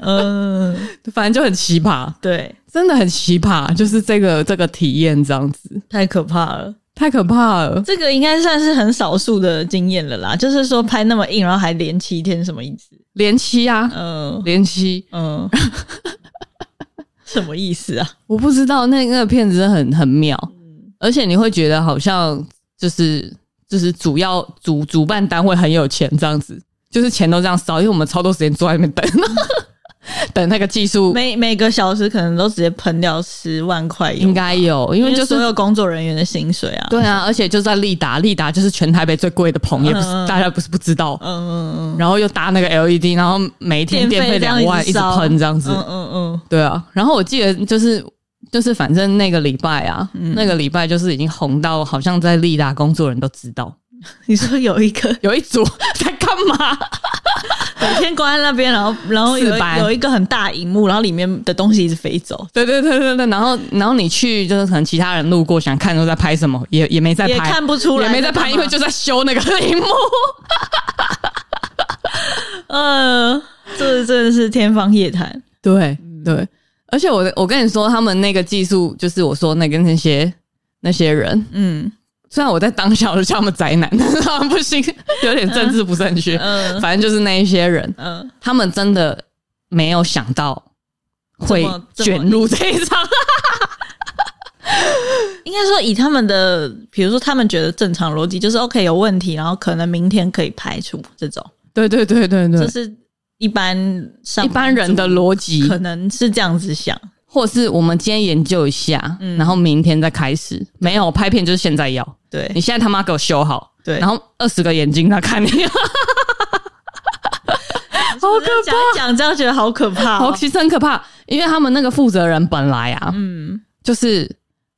[SPEAKER 4] 嗯，
[SPEAKER 1] 反正就很奇葩，
[SPEAKER 4] 对，
[SPEAKER 1] 真的很奇葩，就是这个这个体验这样子，
[SPEAKER 4] 太可怕了。
[SPEAKER 1] 太可怕了。
[SPEAKER 4] 这个应该算是很少数的经验了啦，就是说拍那么硬，然后还连七天，什么意思？
[SPEAKER 1] 连七啊，
[SPEAKER 4] 嗯
[SPEAKER 1] 连七，
[SPEAKER 4] 嗯，什么意思啊？
[SPEAKER 1] 我不知道那那个片子真的很很妙，
[SPEAKER 4] 嗯
[SPEAKER 1] 而且你会觉得好像就是就是主要主主办单位很有钱这样子，就是钱都这样烧，因为我们超多时间坐在那边等， 等那个技术
[SPEAKER 4] 每每个小时可能都直接喷掉十万块有，
[SPEAKER 1] 应该有，因
[SPEAKER 4] 因
[SPEAKER 1] 为
[SPEAKER 4] 为
[SPEAKER 1] 就是
[SPEAKER 4] 所有工作人员的薪水啊。
[SPEAKER 1] 对啊，而且就在利达，利达就是全台北最贵的棚，也不是
[SPEAKER 4] 嗯嗯
[SPEAKER 1] 大家不是不知道，
[SPEAKER 4] 嗯嗯嗯，
[SPEAKER 1] 然后又搭那个 LED，然后每一天电费
[SPEAKER 4] 这样
[SPEAKER 1] 两万，一直
[SPEAKER 4] 烧
[SPEAKER 1] 喷这样子，
[SPEAKER 4] 嗯嗯嗯，
[SPEAKER 1] 对啊，然后我记得就是就是反正那个礼拜啊，那个礼拜就是已经红到好像在利达工作人都知道，
[SPEAKER 4] 你说有一个
[SPEAKER 1] 有一组在干嘛？
[SPEAKER 4] 每天关在那边，然后然后有
[SPEAKER 1] 四班
[SPEAKER 4] 有一个很大荧幕，然后里面的东西一直飞走，
[SPEAKER 1] 对对对对对，然后然后你去就是可能其他人路过想看都在拍什么，也也没在拍，
[SPEAKER 4] 也看不出来
[SPEAKER 1] 也没在
[SPEAKER 4] 在干
[SPEAKER 1] 拍，
[SPEAKER 4] 嘛
[SPEAKER 1] 因为就在修那个荧幕。
[SPEAKER 4] 嗯，这真的是天方夜谭。
[SPEAKER 1] 对对，而且我我跟你说，他们那个技术就是我说那个那些那些人，
[SPEAKER 4] 嗯
[SPEAKER 1] 虽然我在当下我就叫他们宅男， 但是他们不行，有点政治不正确。
[SPEAKER 4] 嗯
[SPEAKER 1] 反正就是那一些人，
[SPEAKER 4] 嗯，
[SPEAKER 1] 他们真的没有想到会
[SPEAKER 4] 这么这么
[SPEAKER 1] 卷入这一场，
[SPEAKER 4] 应该说以他们的，比如说他们觉得正常逻辑就是 OK 有问题，然后可能明天可以排除这种，
[SPEAKER 1] 对对对对
[SPEAKER 4] 这
[SPEAKER 1] 对，
[SPEAKER 4] 是一般
[SPEAKER 1] 嗯
[SPEAKER 4] 上
[SPEAKER 1] 一般人的逻辑，
[SPEAKER 4] 可能是这样子想，
[SPEAKER 1] 或是我们今天研究一下，然后明天再开始。没有拍片就是现在要，
[SPEAKER 4] 对
[SPEAKER 1] 你现在他妈给我修嗯好，
[SPEAKER 4] 对，
[SPEAKER 1] 然后二十个眼睛在看你，
[SPEAKER 4] 好可怕，讲一讲这样觉得好可怕、
[SPEAKER 1] 好
[SPEAKER 4] 哦，
[SPEAKER 1] 其实很可怕，因为他们那个负责人本来啊，
[SPEAKER 4] 嗯，
[SPEAKER 1] 就是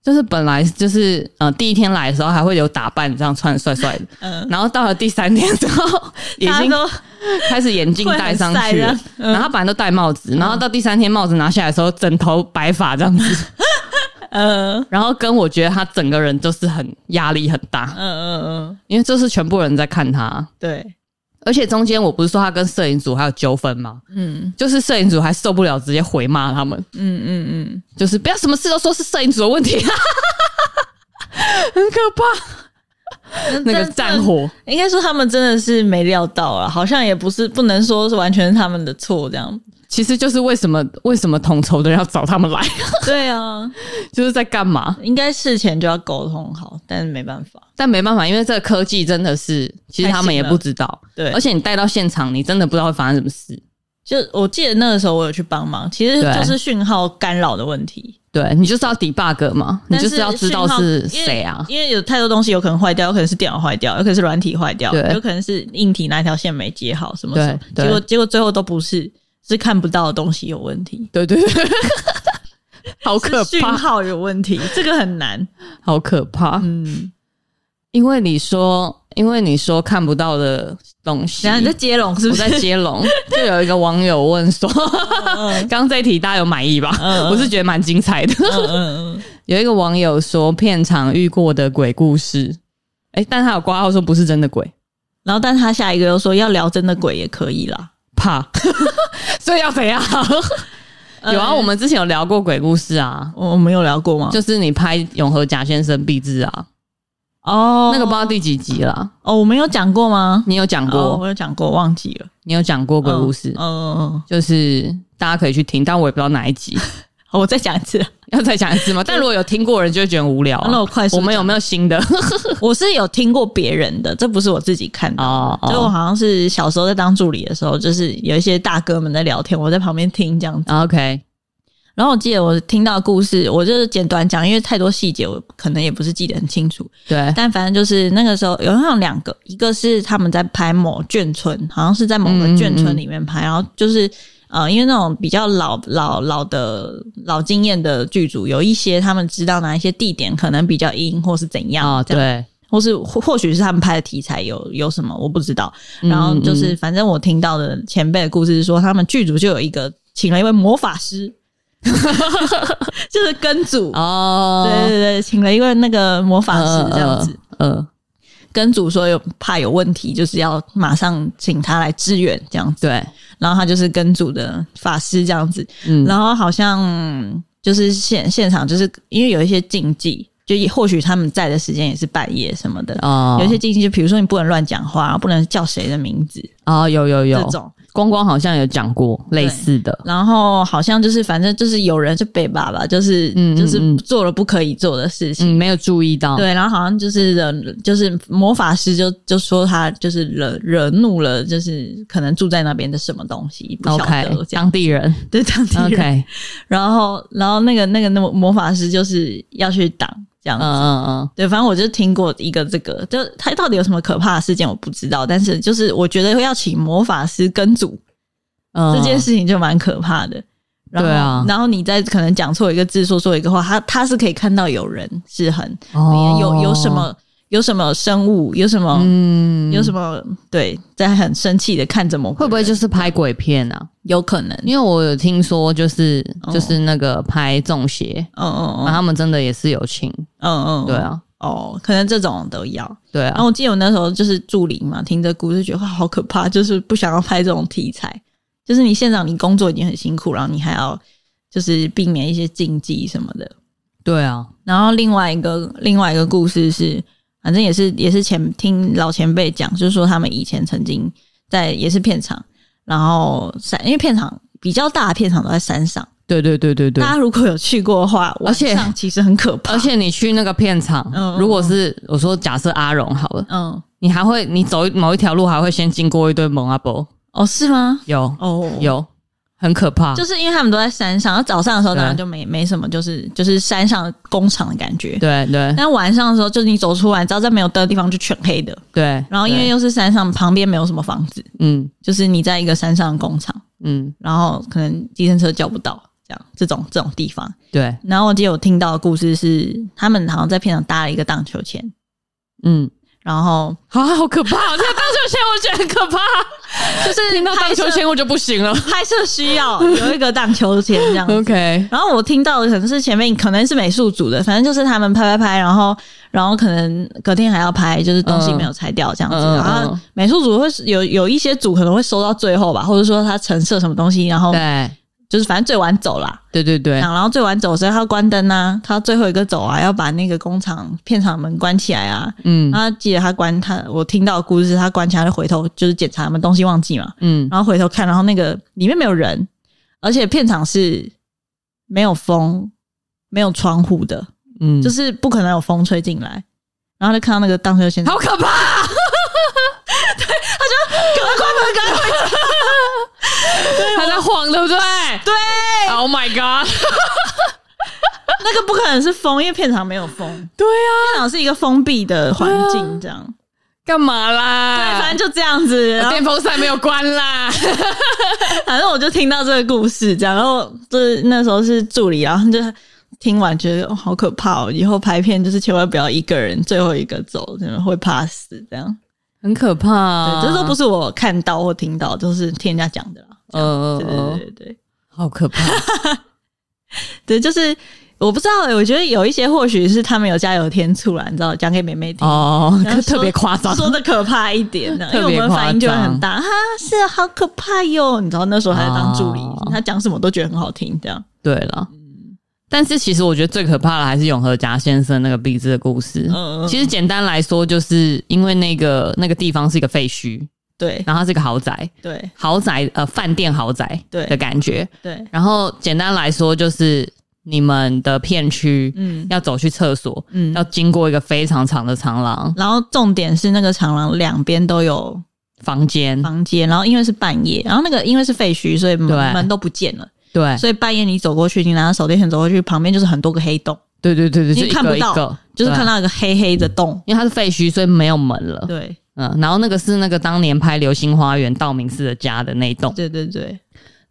[SPEAKER 1] 就是本来就是呃第一天来的时候还会有打扮，这样穿得帅帅的，
[SPEAKER 4] 嗯
[SPEAKER 1] 然后到了第三天之 后已
[SPEAKER 4] 大家
[SPEAKER 1] 经
[SPEAKER 4] 都
[SPEAKER 1] 开始眼镜戴上
[SPEAKER 4] 会很晒
[SPEAKER 1] 去
[SPEAKER 4] 这
[SPEAKER 1] 了
[SPEAKER 4] 样，嗯
[SPEAKER 1] 然后他本来都戴帽子，然后到第三天帽子拿下来的时候，整头白发这样子，
[SPEAKER 4] 嗯
[SPEAKER 1] 然后跟我觉得他整个人就是很压力很大
[SPEAKER 4] 嗯，嗯嗯，
[SPEAKER 1] 因为这是全部人在看他。
[SPEAKER 4] 对，
[SPEAKER 1] 而且中间我不是说他跟摄影组还有纠纷吗？
[SPEAKER 4] 嗯
[SPEAKER 1] 就是摄影组还受不了，直接回骂他们，
[SPEAKER 4] 嗯嗯嗯，
[SPEAKER 1] 就是不要什么事都说是摄影组的问题， 很可怕。 那个战火，
[SPEAKER 4] 应该说他们真的是没料到啊，好像也不是不能说是完全是他们的错这样。
[SPEAKER 1] 其实就是为什么为什么统筹的人要找他们来，
[SPEAKER 4] 对啊，
[SPEAKER 1] 就是在干嘛？
[SPEAKER 4] 应该事前就要沟通好，但是没办法。
[SPEAKER 1] 但没办法，因为这个科技真的是，其实他们也不知道。
[SPEAKER 4] 对，
[SPEAKER 1] 而且你带到现场，你真的不知道会发生什么事。
[SPEAKER 4] 就我记得那个时候我有去帮忙，其实
[SPEAKER 1] 对
[SPEAKER 4] 就是讯号干扰的问题。
[SPEAKER 1] 对你就是要 debug 嘛，你
[SPEAKER 4] 但
[SPEAKER 1] 就是要知道
[SPEAKER 4] 讯号
[SPEAKER 1] 是谁啊。
[SPEAKER 4] 因为？因为有太多东西有可能坏掉，有可能是电脑坏掉，有可能是软体坏掉，
[SPEAKER 1] 对
[SPEAKER 4] 有可能是硬体那条线没接好什么什么。
[SPEAKER 1] 对对
[SPEAKER 4] 结果结果最后都不是，是看不到的东西有问题，
[SPEAKER 1] 对对对， 好可
[SPEAKER 4] 是讯
[SPEAKER 1] 怕，
[SPEAKER 4] 号有问 题，这个很难。
[SPEAKER 1] 好可怕。
[SPEAKER 4] 嗯，
[SPEAKER 1] 因为你说，因为你说看不到的东西，
[SPEAKER 4] 然后你在接龙是
[SPEAKER 1] 我
[SPEAKER 4] 不是
[SPEAKER 1] 在？ 接 龙，就有一个网友问说，
[SPEAKER 4] 嗯
[SPEAKER 1] 刚这一题大家有满意吧？
[SPEAKER 4] 嗯嗯
[SPEAKER 1] 我是觉得蛮精彩的。
[SPEAKER 4] 嗯嗯嗯，
[SPEAKER 1] 有一个网友说，片场遇过的鬼故事，哎、但他有挂号说不是真的鬼，
[SPEAKER 4] 然后，但他下一个又说要聊真的鬼也可以啦。
[SPEAKER 1] 怕，所以要怎样？ 有啊，
[SPEAKER 4] 呃
[SPEAKER 1] 我们之前有聊过鬼故事啊，
[SPEAKER 4] 我我们有聊过吗？
[SPEAKER 1] 就是你拍《永和贾先生》壁纸啊，
[SPEAKER 4] 哦，
[SPEAKER 1] 那个不知道第几集啦，
[SPEAKER 4] 哦，我们有讲过吗？
[SPEAKER 1] 你有讲
[SPEAKER 4] 哦
[SPEAKER 1] 过，
[SPEAKER 4] 我有讲过，忘记了
[SPEAKER 1] 你有讲过鬼故事
[SPEAKER 4] 嗯，嗯嗯
[SPEAKER 1] 就是大家可以去听，但我也不知道哪一集。
[SPEAKER 4] 嗯，我再讲一次。
[SPEAKER 1] 要再讲一次吗？但如果有听过的人就会觉得很无聊、啊。
[SPEAKER 4] 那我快速
[SPEAKER 1] 我 们有没有新的？
[SPEAKER 4] 我是有听过别人的，这不是我自己看的。
[SPEAKER 1] 哦
[SPEAKER 4] 就我
[SPEAKER 1] 哦
[SPEAKER 4] 好像是小时候在当助理的时候，就是有一些大哥们在聊天，我在旁边听这样子。
[SPEAKER 1] 哦，OK，
[SPEAKER 4] 然后我记得我听到的故事，我就是简短讲，因为太多细节我可能也不是记得很清楚。
[SPEAKER 1] 对，
[SPEAKER 4] 但反正就是那个时候有像两个，一个是他们在拍某眷村，好像是在某个
[SPEAKER 1] 嗯嗯
[SPEAKER 4] 眷村里面拍，然后就是呃，因为那种比较老老老的老经验的剧组，有一些他们知道哪一些地点可能比较阴，或是怎样，
[SPEAKER 1] 哦
[SPEAKER 4] 这样，
[SPEAKER 1] 对，
[SPEAKER 4] 或是或或许是他们拍的题材有有什么我不知道，
[SPEAKER 1] 嗯
[SPEAKER 4] 然后就是反正我听到的前辈的故事是说，他们剧组就有一个请了一位魔法 师，就是跟组。
[SPEAKER 1] 哦，
[SPEAKER 4] 对对对，请了一位那个魔法师这样子，
[SPEAKER 1] 呃，呃呃
[SPEAKER 4] 跟组说有怕有问题，就是要马上请他来支援这样子。
[SPEAKER 1] 对，
[SPEAKER 4] 然后他就是跟组的法师这样子，
[SPEAKER 1] 嗯，
[SPEAKER 4] 然后好像就是现现场就是因为有一些禁忌，就也或许他们在的时间也是半夜什么的。
[SPEAKER 1] 哦，
[SPEAKER 4] 有一些禁忌，就比如说你不能乱讲话，不能叫谁的名字
[SPEAKER 1] 哦，有有
[SPEAKER 4] 这
[SPEAKER 1] 有，
[SPEAKER 4] 种。
[SPEAKER 1] 光光好像有讲过类似的，
[SPEAKER 4] 然后好像就是反正就是有人就被爸爸，就是、
[SPEAKER 1] 嗯嗯
[SPEAKER 4] 就是
[SPEAKER 1] 嗯
[SPEAKER 4] 做了不可以做的事情。
[SPEAKER 1] 嗯，没有注意到，
[SPEAKER 4] 对，然后好像就是惹，就是魔法师就就说他就是惹惹怒了，就是可能住在那边的什么东西，不晓得
[SPEAKER 1] ，OK，
[SPEAKER 4] 这样，
[SPEAKER 1] 当地人
[SPEAKER 4] 对当地人。
[SPEAKER 1] ，OK，
[SPEAKER 4] 然后，然后那个那个那个魔法师就是要去挡这样
[SPEAKER 1] 嗯
[SPEAKER 4] 子。
[SPEAKER 1] 嗯嗯，
[SPEAKER 4] 对，反正我就听过一个这个，就他到底有什么可怕的事件我不知道，但是就是我觉得要请魔法师跟组、
[SPEAKER 1] 嗯
[SPEAKER 4] 这件，事情就蛮可怕的。然后
[SPEAKER 1] 对啊
[SPEAKER 4] 然后你再可能讲错一个字，说错一个话，他他是可以看到有人是很
[SPEAKER 1] 哦
[SPEAKER 4] 有有什，么有什么生物，有什么、
[SPEAKER 1] 嗯，
[SPEAKER 4] 有什么对，在很生气的看着某个
[SPEAKER 1] 会不会
[SPEAKER 4] 人
[SPEAKER 1] 就是拍鬼片啊？
[SPEAKER 4] 有可能？嗯
[SPEAKER 1] 因为我有听说，就是
[SPEAKER 4] 哦
[SPEAKER 1] 就是那个拍中邪，
[SPEAKER 4] 嗯
[SPEAKER 1] 然后
[SPEAKER 4] 嗯
[SPEAKER 1] 他们真的也是有请，
[SPEAKER 4] 嗯嗯，
[SPEAKER 1] 对啊，
[SPEAKER 4] 哦，可能这种都要。
[SPEAKER 1] 对
[SPEAKER 4] 然后
[SPEAKER 1] 啊，
[SPEAKER 4] 我记得我那时候就是助理嘛，听这故事觉得哇好可怕，就是不想要拍这种题材，就是你现场你工作已经很辛苦，然后你还要就是避免一些禁忌什么的。
[SPEAKER 1] 对啊，
[SPEAKER 4] 然后另外一个另外一个故事是，反正也是也是前听老前辈讲，就是说他们以前曾经在也是片场，然后山因为片场比较大的片场都在山上，
[SPEAKER 1] 对对对对对
[SPEAKER 4] 大。家如果有去过的话，
[SPEAKER 1] 而且
[SPEAKER 4] 晚上其实很可怕。
[SPEAKER 1] 而，且你去那个片场，
[SPEAKER 4] 嗯嗯
[SPEAKER 1] 如果是我说假设阿荣好了，
[SPEAKER 4] 嗯，
[SPEAKER 1] 你还会你走某一条路还会先经过一堆蒙阿波，
[SPEAKER 4] 哦，是吗？
[SPEAKER 1] 有
[SPEAKER 4] 哦，
[SPEAKER 1] 有很可怕，
[SPEAKER 4] 就是因为他们都在山上，然后早上的时候
[SPEAKER 1] 对
[SPEAKER 4] 当然就没没什么，就是就是山上工厂的感觉。
[SPEAKER 1] 对对
[SPEAKER 4] 但晚上的时候，就是你走出来，只要在没有灯的地方就全黑的。
[SPEAKER 1] 对。
[SPEAKER 4] 然后因为
[SPEAKER 1] 对
[SPEAKER 4] 又是山上，旁边没有什么房子，
[SPEAKER 1] 嗯
[SPEAKER 4] 就是你在一个山上的工厂，
[SPEAKER 1] 嗯
[SPEAKER 4] 然后可能计程车叫不到，这样这种这种地方。
[SPEAKER 1] 对
[SPEAKER 4] 然后我记得我听到的故事是，他们好像在片场搭了一个荡秋千，
[SPEAKER 1] 嗯，
[SPEAKER 4] 然后
[SPEAKER 1] 啊，好可怕！那个荡秋千我觉得很可怕，
[SPEAKER 4] 就是
[SPEAKER 1] 听到荡
[SPEAKER 4] 拍摄
[SPEAKER 1] 秋千我就不行了。
[SPEAKER 4] 拍摄需要有一个荡秋千这样子
[SPEAKER 1] OK，
[SPEAKER 4] 然后我听到的可能是前面可能是美术组的，反正就是他们拍拍拍，然后然后可能隔天还要拍，就是东西没有拆掉这样子。
[SPEAKER 1] 嗯嗯嗯
[SPEAKER 4] 然后美术组会有有一些组可能会收到最后吧，或者说他陈设什么东西，然后
[SPEAKER 1] 对
[SPEAKER 4] 就是反正最晚走啦。
[SPEAKER 1] 对对对
[SPEAKER 4] 然，后然后最晚走的时候他要关灯啊，他最后一个走啊，要把那个工厂片场门关起来啊。
[SPEAKER 1] 嗯
[SPEAKER 4] 然后记得他关他，我听到的故事是他关起来就回头就是检查他们东西忘记嘛，
[SPEAKER 1] 嗯
[SPEAKER 4] 然后回头看，然后那个里面没有人，而且片场是没有风、没有窗户的，
[SPEAKER 1] 嗯，
[SPEAKER 4] 就是是不可能有风吹进来。然后就看到那个荡秋千，
[SPEAKER 1] 好可怕。 对，他就赶快关门，赶快关门，他在晃，对不对？
[SPEAKER 4] 对，
[SPEAKER 1] Oh my god！
[SPEAKER 4] 那个不可能是风，因为片场没有风，片
[SPEAKER 1] 对呀、啊，
[SPEAKER 4] 场是一个封闭的环
[SPEAKER 1] 对啊
[SPEAKER 4] 境，这样。
[SPEAKER 1] 干嘛
[SPEAKER 4] 对，
[SPEAKER 1] 啦？
[SPEAKER 4] 反正就这样子。然后
[SPEAKER 1] 电风扇没有关 啦。
[SPEAKER 4] 反正我就听到这个故事，这样。然后就是那时候是助理，然后就听完觉得、哦、好可怕哦，以后拍片就是千万不要一个人最后一个走，真的会怕死这样。
[SPEAKER 1] 很可怕、
[SPEAKER 4] 对，
[SPEAKER 1] 啊
[SPEAKER 4] 这都不是我看到或听到，都是听人家讲的啦。
[SPEAKER 1] 呃，
[SPEAKER 4] 对对对对
[SPEAKER 1] 好可怕。
[SPEAKER 4] 对，对，就是我不知道欸、我觉得有一些或许是他们有加油添醋啦，你知道，讲给妹妹听。
[SPEAKER 1] 哦
[SPEAKER 4] 然后，说
[SPEAKER 1] 特别夸张，
[SPEAKER 4] 说的可怕一点 的，因为我
[SPEAKER 1] 特别
[SPEAKER 4] 们
[SPEAKER 1] 夸张
[SPEAKER 4] 反应就会很大，哈，是啊好可怕哟！你知道那时候还在当助理，
[SPEAKER 1] 哦
[SPEAKER 4] 他讲什么都觉得很好听，这样。
[SPEAKER 1] 对了。但是其实我觉得最可怕的还是永和家先生那个励志的故事。
[SPEAKER 4] 嗯嗯
[SPEAKER 1] 其实简单来说，就是因为那个那个地方是一个废墟，
[SPEAKER 4] 对
[SPEAKER 1] 然后它是一个豪宅，
[SPEAKER 4] 对
[SPEAKER 1] 豪宅呃饭店豪宅
[SPEAKER 4] 对
[SPEAKER 1] 的感觉。
[SPEAKER 4] 对，
[SPEAKER 1] 然后简单来说，就是你们的片区
[SPEAKER 4] 嗯
[SPEAKER 1] 要走去厕所，
[SPEAKER 4] 嗯
[SPEAKER 1] 要。经过一个非常长的长廊
[SPEAKER 4] 然后重点是那个长廊两边都有
[SPEAKER 1] 房间，
[SPEAKER 4] 房间，然后因为是半夜，然后那个因为是废墟，所以
[SPEAKER 1] 对
[SPEAKER 4] 门门都不见了。
[SPEAKER 1] 对
[SPEAKER 4] 所以半夜你走过去，你拿着手电筒走过去，旁边就是很多个黑洞，
[SPEAKER 1] 对对对对，
[SPEAKER 4] 你
[SPEAKER 1] 就一
[SPEAKER 4] 看不
[SPEAKER 1] 个一
[SPEAKER 4] 到
[SPEAKER 1] 个，
[SPEAKER 4] 就是
[SPEAKER 1] 对
[SPEAKER 4] 看，到一个黑黑的洞。
[SPEAKER 1] 因为它是废墟，所以没有门了。
[SPEAKER 4] 对
[SPEAKER 1] 嗯，然后那个是那个当年拍《流星花园》道明寺的家的那一栋。
[SPEAKER 4] 对对对，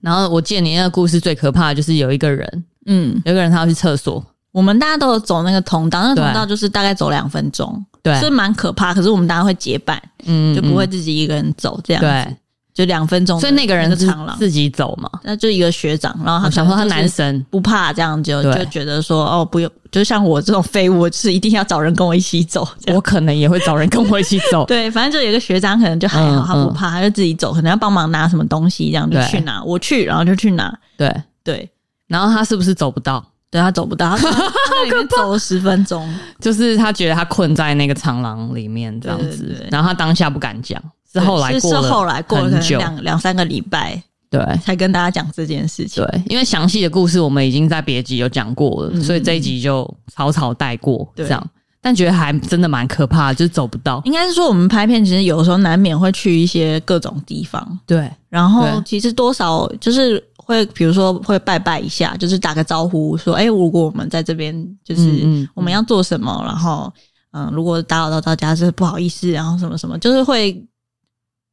[SPEAKER 1] 然后我记得你那个故事最可怕的就是有一个人，
[SPEAKER 4] 嗯，
[SPEAKER 1] 有一个人他要去厕所，
[SPEAKER 4] 我们大家都有走那个通道，那个
[SPEAKER 1] 对
[SPEAKER 4] 通道就是大概走两分钟，
[SPEAKER 1] 对，
[SPEAKER 4] 是蛮可怕。可是我们大家会结伴，
[SPEAKER 1] 嗯
[SPEAKER 4] 就不会
[SPEAKER 1] 嗯
[SPEAKER 4] 自己一个人走这样。，
[SPEAKER 1] 对，
[SPEAKER 4] 就两分钟的。
[SPEAKER 1] 所以那个人
[SPEAKER 4] 那
[SPEAKER 1] 是
[SPEAKER 4] 长廊，
[SPEAKER 1] 自己走嘛。
[SPEAKER 4] 那就一个学长，然后
[SPEAKER 1] 我
[SPEAKER 4] 他
[SPEAKER 1] 想说他
[SPEAKER 4] 可能
[SPEAKER 1] 男
[SPEAKER 4] 就是
[SPEAKER 1] 生，
[SPEAKER 4] 不怕这样就，就
[SPEAKER 1] 对
[SPEAKER 4] 觉得说哦，不用，就像我这种废物，我是一定要找人跟我一起 走这样。
[SPEAKER 1] 我可能也会找人跟我一起走。
[SPEAKER 4] 对，反正就有一个学长，可能就还好，
[SPEAKER 1] 嗯
[SPEAKER 4] 他不怕，他就自己走，可能要帮忙拿什么东西，这样就
[SPEAKER 1] 对
[SPEAKER 4] 去拿，我去，然后就去拿。
[SPEAKER 1] 对，
[SPEAKER 4] 对，
[SPEAKER 1] 然后他是不是走不到？
[SPEAKER 4] 对他走不到，他他在里面走了十分钟，
[SPEAKER 1] 就是他觉得他困在那个长廊里面这样子，
[SPEAKER 4] 对对对
[SPEAKER 1] 然后他当下不敢讲，是后来
[SPEAKER 4] 是
[SPEAKER 1] 过
[SPEAKER 4] 是
[SPEAKER 1] 了
[SPEAKER 4] 后来过了可
[SPEAKER 1] 很
[SPEAKER 4] 能
[SPEAKER 1] 久，
[SPEAKER 4] 两两三个礼拜
[SPEAKER 1] 对
[SPEAKER 4] 才跟大家讲这件事情。
[SPEAKER 1] 对，因为详细的故事我们已经在别集有讲过了，
[SPEAKER 4] 嗯
[SPEAKER 1] 所以这一集就草草带过
[SPEAKER 4] 对
[SPEAKER 1] 这样。但觉得还真的蛮可怕的，就是走不到。
[SPEAKER 4] 应该是说我们拍片，其实有时候难免会去一些各种地方，
[SPEAKER 1] 对
[SPEAKER 4] 然
[SPEAKER 1] 对
[SPEAKER 4] 后其实多少就是会，比如说会拜拜一下，就是打个招呼，说哎、如果我们在这边就是
[SPEAKER 1] 嗯嗯
[SPEAKER 4] 我们要做什么，然后嗯，如果打扰到大家，是不好意思，然后什么什么，就是会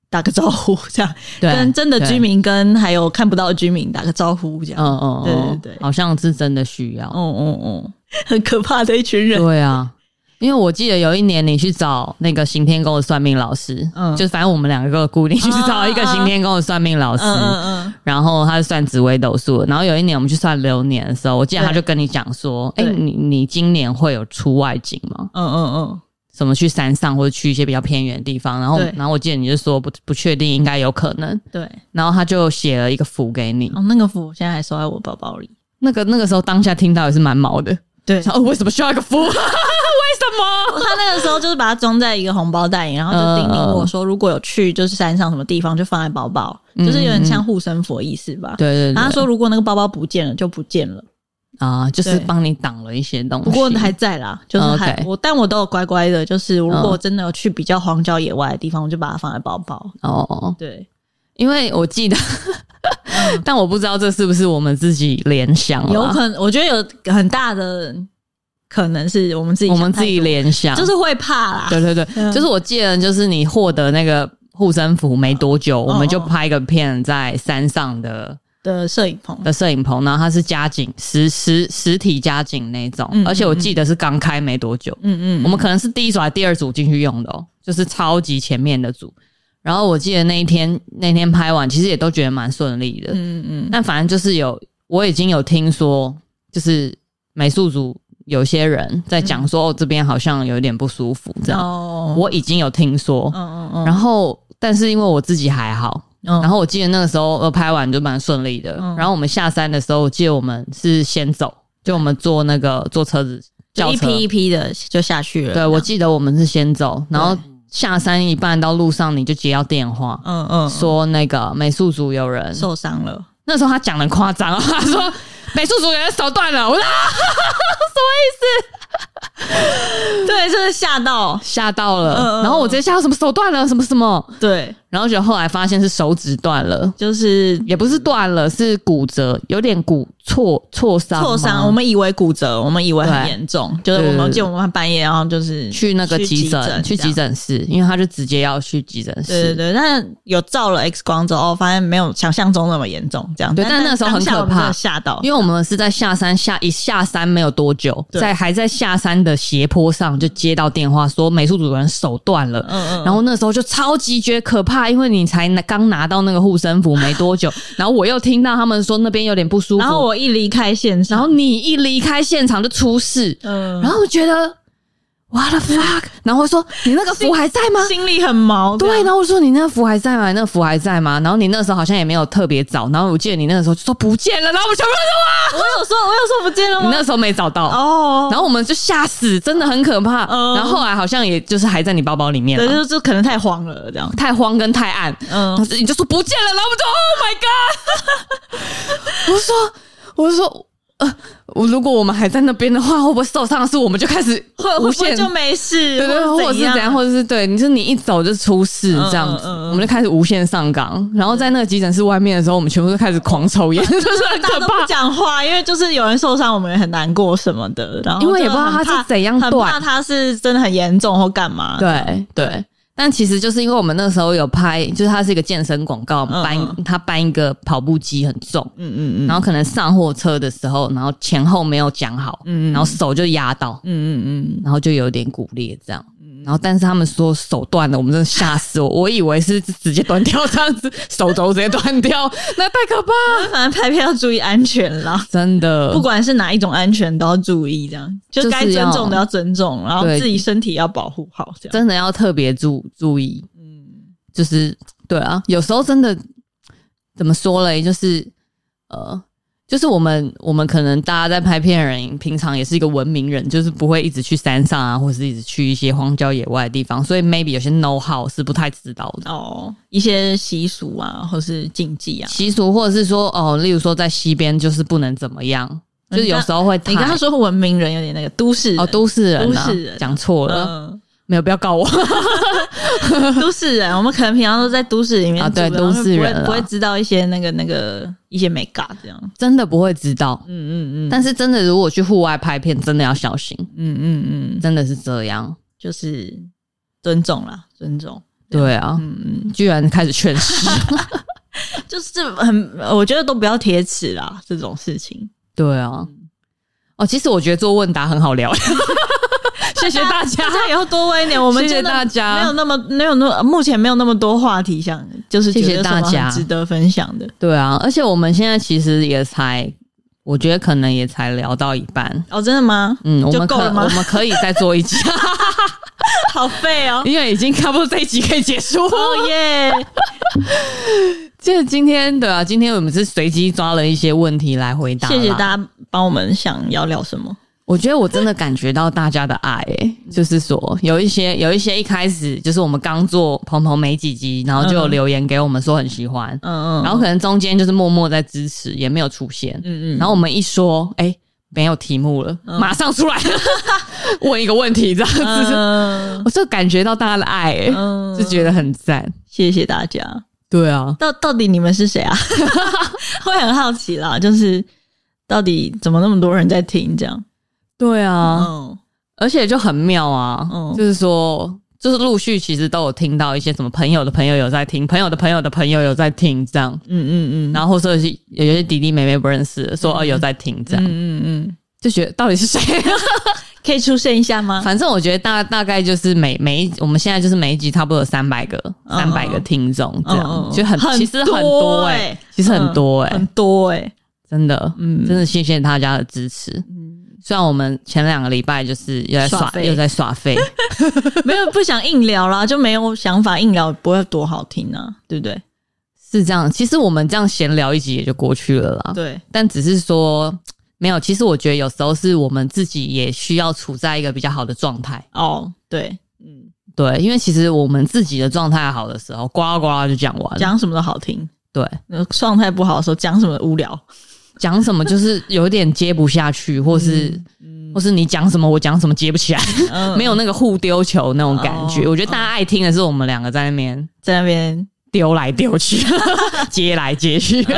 [SPEAKER 4] 打个招呼，这样
[SPEAKER 1] 对，
[SPEAKER 4] 跟真的
[SPEAKER 1] 对
[SPEAKER 4] 居，民跟还有看不到的居民打个招呼，这样，
[SPEAKER 1] 嗯嗯，嗯
[SPEAKER 4] 对对对
[SPEAKER 1] 好像是真的需要。
[SPEAKER 4] 嗯嗯嗯，很可怕的一群人，
[SPEAKER 1] 对啊，因为我记得有一年你去找那个行天宫的算命老师，
[SPEAKER 4] 嗯
[SPEAKER 1] 就反正我们两个固定去找一个行天宫的算命老师，
[SPEAKER 4] 嗯嗯
[SPEAKER 1] 然后他是算紫微斗数的，然后有一年我们去算流年的时候，我记得他就跟你讲说，哎、
[SPEAKER 4] 对
[SPEAKER 1] 你你今年会有出外景吗？
[SPEAKER 4] 嗯嗯嗯
[SPEAKER 1] 什么去山上或者去一些比较偏远的地方？然后
[SPEAKER 4] 对
[SPEAKER 1] 然后我记得你就说不不确定，应该有可能。
[SPEAKER 4] 嗯，对，
[SPEAKER 1] 然后他就写了一个符给你，
[SPEAKER 4] 哦，那个符现在还收在我包包里，
[SPEAKER 1] 那个那个时候当下听到也是蛮毛的，
[SPEAKER 4] 对
[SPEAKER 1] 想哦为什么需要一个符？为什么？
[SPEAKER 4] 他那个时候就是把它装在一个红包袋里，然后就叮咛我说，如果有去就是山上什么地方，就放在包包，就是有点像护身符的意思吧。
[SPEAKER 1] 嗯对对对，
[SPEAKER 4] 然后他说，如果那个包包不见了，就不见了。
[SPEAKER 1] 啊，就是
[SPEAKER 4] 对
[SPEAKER 1] 帮你挡了一些东西。
[SPEAKER 4] 不过还在啦，就是还
[SPEAKER 1] OK
[SPEAKER 4] 我，但我都有乖乖的，就是如果我真的有去比较荒郊野外的地方，我就把它放在包包。
[SPEAKER 1] 哦，
[SPEAKER 4] 对，
[SPEAKER 1] 因为我记得， 但我不知道这是不是我们自己联想啊啦，
[SPEAKER 4] 嗯有可能我觉得有很大的可能是我们自己
[SPEAKER 1] 我
[SPEAKER 4] 想
[SPEAKER 1] 们自
[SPEAKER 4] 太
[SPEAKER 1] 己
[SPEAKER 4] 多
[SPEAKER 1] 联想，
[SPEAKER 4] 就是会怕啦。
[SPEAKER 1] 对对对，
[SPEAKER 4] 嗯
[SPEAKER 1] 就是我记得，就是你获得那个护身符没多久，我们就
[SPEAKER 4] 哦哦
[SPEAKER 1] 拍个片在山上的
[SPEAKER 4] 的摄影棚，
[SPEAKER 1] 的摄影棚，然后它是加景实实实体加景那种，
[SPEAKER 4] 嗯
[SPEAKER 1] 而且我记得是刚开没多久，
[SPEAKER 4] 嗯
[SPEAKER 1] 我们可能是第一组还是第二组进去用的哦，就是超级前面的组。然后我记得那一天那天拍完，其实也都觉得蛮顺利的，
[SPEAKER 4] 嗯嗯
[SPEAKER 1] 但反正就是有，我已经有听说，就是美术组有些人在讲说，哦，这边好像有点不舒服这
[SPEAKER 4] 嗯，
[SPEAKER 1] 样。
[SPEAKER 4] 哦，
[SPEAKER 1] 我已经有听说，
[SPEAKER 4] 嗯嗯嗯，
[SPEAKER 1] 然后但是因为我自己还好，
[SPEAKER 4] 嗯
[SPEAKER 1] 然后我记得那个时候呃拍完就蛮顺利的。
[SPEAKER 4] 嗯
[SPEAKER 1] 然后我们下山的时候，我记得我们是先走，就我们坐那个坐车子
[SPEAKER 4] 就
[SPEAKER 1] 轿
[SPEAKER 4] 一
[SPEAKER 1] 车，
[SPEAKER 4] 批一批的就下去了。
[SPEAKER 1] 对我记得我们是先走，然后下山一半到路上你就接到电话。
[SPEAKER 4] 嗯嗯，
[SPEAKER 1] 说那个美术组有人，
[SPEAKER 4] 受伤了，
[SPEAKER 1] 那时候他讲的夸张，他 说美术组有人手断了，我说啊
[SPEAKER 4] 对，就是吓到，
[SPEAKER 1] 吓到
[SPEAKER 4] 嗯
[SPEAKER 1] 了，
[SPEAKER 4] 嗯
[SPEAKER 1] 然后我直接吓到什么手断了什么什么，
[SPEAKER 4] 对，
[SPEAKER 1] 然后就后来发现是手指断了，
[SPEAKER 4] 就是
[SPEAKER 1] 也不是断了，是骨折，有点骨挫挫伤吗。
[SPEAKER 4] 挫伤。我们以为骨折，我们以为很
[SPEAKER 1] 对
[SPEAKER 4] 严重，就是
[SPEAKER 1] 对
[SPEAKER 4] 我
[SPEAKER 1] 对
[SPEAKER 4] 们
[SPEAKER 1] 对
[SPEAKER 4] 记得我们半夜，然后就是
[SPEAKER 1] 去那个急诊，去急
[SPEAKER 4] 这样。
[SPEAKER 1] 诊室，因为他就直接要去急诊
[SPEAKER 4] 对对
[SPEAKER 1] 室。
[SPEAKER 4] 对，但有照了 X 光之后，发现没有想象中那么严重，这样。
[SPEAKER 1] 对但那时候很
[SPEAKER 4] 当下
[SPEAKER 1] 可
[SPEAKER 4] 我们真的
[SPEAKER 1] 怕
[SPEAKER 4] 吓到，
[SPEAKER 1] 因为我们是在下山下一下山没有多久，
[SPEAKER 4] 对
[SPEAKER 1] 在还在下山的斜坡上就接到电话说美术主任手断了，
[SPEAKER 4] 嗯嗯
[SPEAKER 1] 然后那时候就超级觉得可怕，因为你才拿刚拿到那个护身符没多 久，然后我又听到他们说那边有点不舒服，
[SPEAKER 4] 然后我一离开现场，
[SPEAKER 1] 然后你一离开现场就出事，
[SPEAKER 4] 嗯，
[SPEAKER 1] 然后我觉得 what the fuck，然后我说你那个符还在 吗？
[SPEAKER 4] 心里很毛，
[SPEAKER 1] 啊对，啊然后我说你那个符还在吗？你那个符还在吗？然后你那时候好像也没有特别找，然后我记得你那个时候就说不见了，然后我们全部都
[SPEAKER 4] 我有说，我有说不见了
[SPEAKER 1] 说哇，
[SPEAKER 4] 吗？
[SPEAKER 1] 你那时候没找到，
[SPEAKER 4] 哦，
[SPEAKER 1] 然后我们就吓死，真的很可怕。
[SPEAKER 4] 嗯
[SPEAKER 1] 然后后来好像也就是还在你包包里面
[SPEAKER 4] 对，
[SPEAKER 1] 了，
[SPEAKER 4] 就就可能太慌了，这样。
[SPEAKER 1] 太慌跟太暗，
[SPEAKER 4] 嗯
[SPEAKER 1] 然后，你就说不见了，然后我们就 Oh my God，我 说我说。呃，我如果我们还在那边的话，会不会受伤？是我们就开始
[SPEAKER 4] 会会
[SPEAKER 1] 无
[SPEAKER 4] 不会
[SPEAKER 1] 限
[SPEAKER 4] 就没事？
[SPEAKER 1] 对对，或者是怎样，或者是对，你就是你一走就出事
[SPEAKER 4] 嗯
[SPEAKER 1] 这样子，
[SPEAKER 4] 嗯嗯
[SPEAKER 1] 我们就开始无限上纲。然后在那个急诊室外面的时候，我们全部都开始狂抽烟， 就是很
[SPEAKER 4] 大家
[SPEAKER 1] 可
[SPEAKER 4] 都不
[SPEAKER 1] 怕。
[SPEAKER 4] 讲话，因为就是有人受伤，我们也很难过什么的。然后
[SPEAKER 1] 因为也
[SPEAKER 4] 就
[SPEAKER 1] 不知道他
[SPEAKER 4] 很
[SPEAKER 1] 是
[SPEAKER 4] 怕
[SPEAKER 1] 怎样
[SPEAKER 4] 很
[SPEAKER 1] 断
[SPEAKER 4] 怕他是真的很严重或干嘛。
[SPEAKER 1] 对对，但其实就是因为我们那时候有拍，就是它是一个健身广告，
[SPEAKER 4] 嗯
[SPEAKER 1] 搬
[SPEAKER 4] 嗯
[SPEAKER 1] 他搬一个跑步机很重，
[SPEAKER 4] 嗯嗯嗯
[SPEAKER 1] 然后可能上货车的时候，然后前后没有讲好，
[SPEAKER 4] 嗯嗯
[SPEAKER 1] 然后手就压到，
[SPEAKER 4] 嗯嗯嗯，
[SPEAKER 1] 然后就有点骨裂这样。然后，但是他们说手断了，我们真的吓死 我！我以为是直接断掉这样子，手肘直接断掉，那太可怕了，
[SPEAKER 4] 反正拍片要注意安全 啦。
[SPEAKER 1] 真的。
[SPEAKER 4] 不管是哪一种安全都要注意，这样就
[SPEAKER 1] 就是
[SPEAKER 4] 该尊重的
[SPEAKER 1] 要
[SPEAKER 4] 要尊重，然后
[SPEAKER 1] 对
[SPEAKER 4] 自己身体要保护好，这样。
[SPEAKER 1] 真的要特别注注意，
[SPEAKER 4] 嗯，
[SPEAKER 1] 就是对啊，有时候真的怎么说嘞，就是呃，就是我们我们可能大家在拍片的人，平常也是一个文明人，就是不会一直去山上啊，或是一直去一些荒郊野外的地方，所以 maybe 有些 know how 是不太知道的。
[SPEAKER 4] 哦，一些习俗啊，或是禁忌啊，
[SPEAKER 1] 习俗，或者是说哦，例如说在西边就是不能怎么样，
[SPEAKER 4] 嗯
[SPEAKER 1] 就是有时候会太
[SPEAKER 4] 你刚刚说文明人有点那个都市人
[SPEAKER 1] 哦，都市人啊
[SPEAKER 4] 都市人，
[SPEAKER 1] 讲错了，
[SPEAKER 4] 嗯
[SPEAKER 1] 没有不要告我，
[SPEAKER 4] 都市人，我们可能平常都在都市里面
[SPEAKER 1] 啊
[SPEAKER 4] 住
[SPEAKER 1] 对
[SPEAKER 4] 然后
[SPEAKER 1] 都市人
[SPEAKER 4] 不会
[SPEAKER 1] 啦
[SPEAKER 4] 不会知道一些那个那个一些美嘎这样。
[SPEAKER 1] 真的不会知道。
[SPEAKER 4] 嗯嗯嗯
[SPEAKER 1] 但是真的，如果去户外拍片，真的要小心，
[SPEAKER 4] 嗯嗯嗯，
[SPEAKER 1] 真的是这样。
[SPEAKER 4] 就是尊重啦，尊重。
[SPEAKER 1] 对啊，
[SPEAKER 4] 嗯
[SPEAKER 1] 居然开始劝 世，
[SPEAKER 4] 嗯，就是很，我觉得都不要贴齿啦，这种事 情。
[SPEAKER 1] 对啊。哦，其实我觉得做问答很好聊， 谢谢 大家
[SPEAKER 4] 大。家以后多问一点，我们
[SPEAKER 1] 谢谢
[SPEAKER 4] 真的
[SPEAKER 1] 大家
[SPEAKER 4] 没有那么没有那么目前没有那么多话题想，就是
[SPEAKER 1] 谢谢
[SPEAKER 4] 觉得什么
[SPEAKER 1] 大家
[SPEAKER 4] 很值得分享的。
[SPEAKER 1] 对啊，而且我们现在其实也才，我觉得可能也才聊到一半。
[SPEAKER 4] 哦，真的吗？
[SPEAKER 1] 嗯，我们
[SPEAKER 4] 就
[SPEAKER 1] 可
[SPEAKER 4] 够了吗
[SPEAKER 1] 我们可以再做一集，。
[SPEAKER 4] 好废哦
[SPEAKER 1] 因为已经差不多这一集可以结束。
[SPEAKER 4] 哦 耶！
[SPEAKER 1] 就是今天对啊，今天我们是随机抓了一些问题来回答。
[SPEAKER 4] 谢谢大。家帮我们想要聊什么。
[SPEAKER 1] 我觉得我真的感觉到大家的爱、
[SPEAKER 4] 嗯
[SPEAKER 1] 欸，就是说有一些有一些一开始就是我们刚做鹏鹏没几集，然后就有留言给我们说很喜欢，
[SPEAKER 4] 嗯嗯，
[SPEAKER 1] 然后可能中间就是默默在支持，也没有出现，
[SPEAKER 4] 嗯嗯，
[SPEAKER 1] 然后我们一说，哎、没有题目了， 马上出来问一个问题，这样 子，
[SPEAKER 4] 嗯
[SPEAKER 1] 我就感觉到大家的爱、欸，
[SPEAKER 4] 嗯
[SPEAKER 1] 就觉得很赞。
[SPEAKER 4] 谢谢大家。
[SPEAKER 1] 对啊，
[SPEAKER 4] 到到底你们是谁啊？ 会很好奇啦，就是到底怎么那么多人在听这样？
[SPEAKER 1] 对啊，
[SPEAKER 4] 嗯
[SPEAKER 1] 而且就很妙啊，
[SPEAKER 4] 嗯
[SPEAKER 1] 就是说，就是陆续其实都有听到一些什么朋友的朋友有在听，朋友的朋友的朋友有在听这样，
[SPEAKER 4] 嗯嗯嗯，
[SPEAKER 1] 然后或者是有些弟弟妹妹不认识的说哦有在听这样，
[SPEAKER 4] 嗯嗯嗯，
[SPEAKER 1] 就觉得到底是谁？
[SPEAKER 4] 啊可以出现一下吗？
[SPEAKER 1] 反正我觉得大大概就是每每一我们现在就是每一集差不多有三百个
[SPEAKER 4] 嗯
[SPEAKER 1] 三百个听众这
[SPEAKER 4] 嗯
[SPEAKER 1] 样，
[SPEAKER 4] 嗯
[SPEAKER 1] 就很
[SPEAKER 4] 很
[SPEAKER 1] 其实很多
[SPEAKER 4] 多
[SPEAKER 1] 哎、
[SPEAKER 4] 欸
[SPEAKER 1] 其实很多哎、
[SPEAKER 4] 很多哎、
[SPEAKER 1] 真的，
[SPEAKER 4] 嗯
[SPEAKER 1] 嗯，真的谢谢大家的支持。虽然我们前两个礼拜就是又在
[SPEAKER 4] 耍
[SPEAKER 1] 耍
[SPEAKER 4] 废
[SPEAKER 1] 又在耍废，
[SPEAKER 4] 没有不想硬聊啦，就没有想法硬聊，不会多好听啊，对不对？
[SPEAKER 1] 是这样，其实我们这样闲聊一集也就过去了啦。
[SPEAKER 4] 对，
[SPEAKER 1] 但只是说没有，其实我觉得有时候是我们自己也需要处在一个比较好的状态，
[SPEAKER 4] 哦，对，嗯，
[SPEAKER 1] 对，因为其实我们自己的状态好的时候，呱啦呱啦就讲完了，
[SPEAKER 4] 讲什么都好听，
[SPEAKER 1] 对，
[SPEAKER 4] 呃状态不好的时候讲什么无聊，
[SPEAKER 1] 讲什么就是有点接不下去，或是、嗯或是你讲什么我讲什么接不起来，
[SPEAKER 4] 嗯，
[SPEAKER 1] 没有那个互丢球那种感觉。
[SPEAKER 4] 哦
[SPEAKER 1] 我觉得大家爱听的是我们两个在那边
[SPEAKER 4] 在那 边，
[SPEAKER 1] 丢来丢 去，接来接去，哎、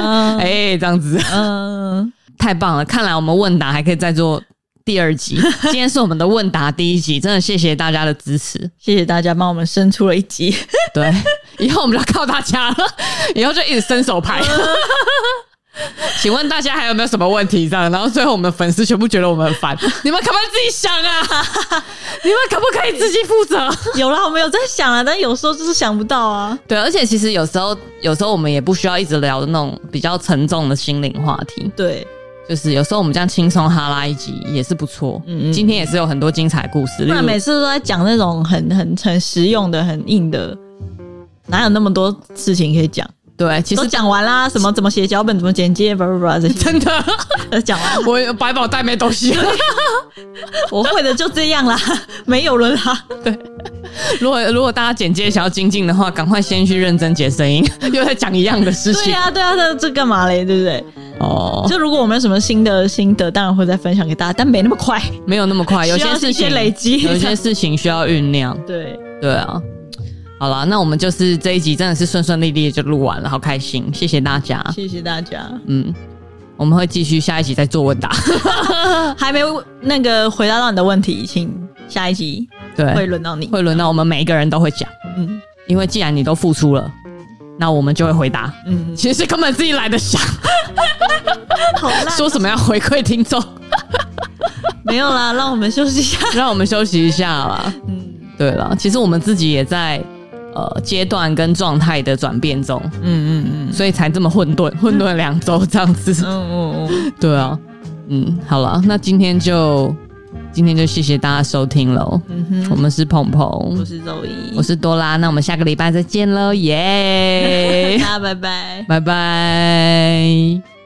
[SPEAKER 4] 嗯
[SPEAKER 1] 这样子。
[SPEAKER 4] 嗯，
[SPEAKER 1] 太棒了！看来我们问答还可以再做第二 集。今天是我们的问答第一集，真的谢谢大家的支持。
[SPEAKER 4] 谢谢大家帮我们生出了一集，
[SPEAKER 1] 对，以后我们就要靠大家了，以后就一直伸手 牌。请问大家还有没有什么问题？这样，然后最后我们的粉丝全部觉得我们很烦，你们可不可以自己想啊？ 你们可不可以自己负责？
[SPEAKER 4] 有啦，我们有在想啊，但有时候就是想不到啊，
[SPEAKER 1] 对，而且其实有时候，有时候我们也不需要一直聊那种比较沉重的心灵话题，
[SPEAKER 4] 对，
[SPEAKER 1] 就是有时候我们这样轻松哈拉一集也是不错。
[SPEAKER 4] 嗯
[SPEAKER 1] 嗯
[SPEAKER 4] 嗯
[SPEAKER 1] 嗯，今天也是有很多精彩故事，
[SPEAKER 4] 不然
[SPEAKER 1] 例如
[SPEAKER 4] 每次都在讲那种很很很实用的、很硬的，哪有那么多事情可以讲？
[SPEAKER 1] 对，其
[SPEAKER 4] 都
[SPEAKER 1] 实
[SPEAKER 4] 讲完啦，什么怎么写脚本、怎么剪接，叭叭叭这些
[SPEAKER 1] 真的，
[SPEAKER 4] 都讲 完了，
[SPEAKER 1] 我百宝袋没东西了。
[SPEAKER 4] 我会的就这样啦， 没有了啦。
[SPEAKER 1] 如果如果大家简介想要精进的话，赶快先去认真解声音， 又在讲一样的事
[SPEAKER 4] 对
[SPEAKER 1] 情、
[SPEAKER 4] 呀、对呀、这这干嘛嘞？对不对？
[SPEAKER 1] 哦，
[SPEAKER 4] 就如果我们有什么新的心得，当然会再分享给大家，但没那么快。
[SPEAKER 1] 没有那么快，有
[SPEAKER 4] 需
[SPEAKER 1] 些
[SPEAKER 4] 要
[SPEAKER 1] 事
[SPEAKER 4] 一些
[SPEAKER 1] 情
[SPEAKER 4] 累积
[SPEAKER 1] 有些事情需要酝酿。
[SPEAKER 4] 对，
[SPEAKER 1] 对啊，好了，那我们就是这一集真的是顺顺利利地就录完了，好开心，谢谢大家。
[SPEAKER 4] 谢谢大家。
[SPEAKER 1] 嗯，我们会继续下一集再做问答。
[SPEAKER 4] 还没那个回答到你的问题，请下一集哎会
[SPEAKER 1] 对，
[SPEAKER 4] 轮到你。
[SPEAKER 1] 会轮到我们每一个人都会讲，
[SPEAKER 4] 嗯
[SPEAKER 1] 因为既然你都付出了，那我们就会回答。
[SPEAKER 4] 嗯，
[SPEAKER 1] 其实根本自己懒得 想，
[SPEAKER 4] 好啦，
[SPEAKER 1] 说什么要回馈听众。
[SPEAKER 4] 没有啦，让我们休息一下。
[SPEAKER 1] 让我们休息一下啦。
[SPEAKER 4] 嗯
[SPEAKER 1] 对了，其实我们自己也在呃阶段跟状态的转变中，
[SPEAKER 4] 嗯嗯嗯
[SPEAKER 1] 所以才这么混沌，混沌两周这样子。
[SPEAKER 4] 嗯嗯嗯，
[SPEAKER 1] 对啊，嗯，好了，那今天就今天就谢谢大家收听喽。
[SPEAKER 4] 嗯哼
[SPEAKER 1] 我们是鹏
[SPEAKER 4] 我
[SPEAKER 1] 鹏，
[SPEAKER 4] 是周一，
[SPEAKER 1] 我是多拉，那我们下 个礼拜再见喽，耶、
[SPEAKER 4] 大家拜拜。
[SPEAKER 1] 拜拜。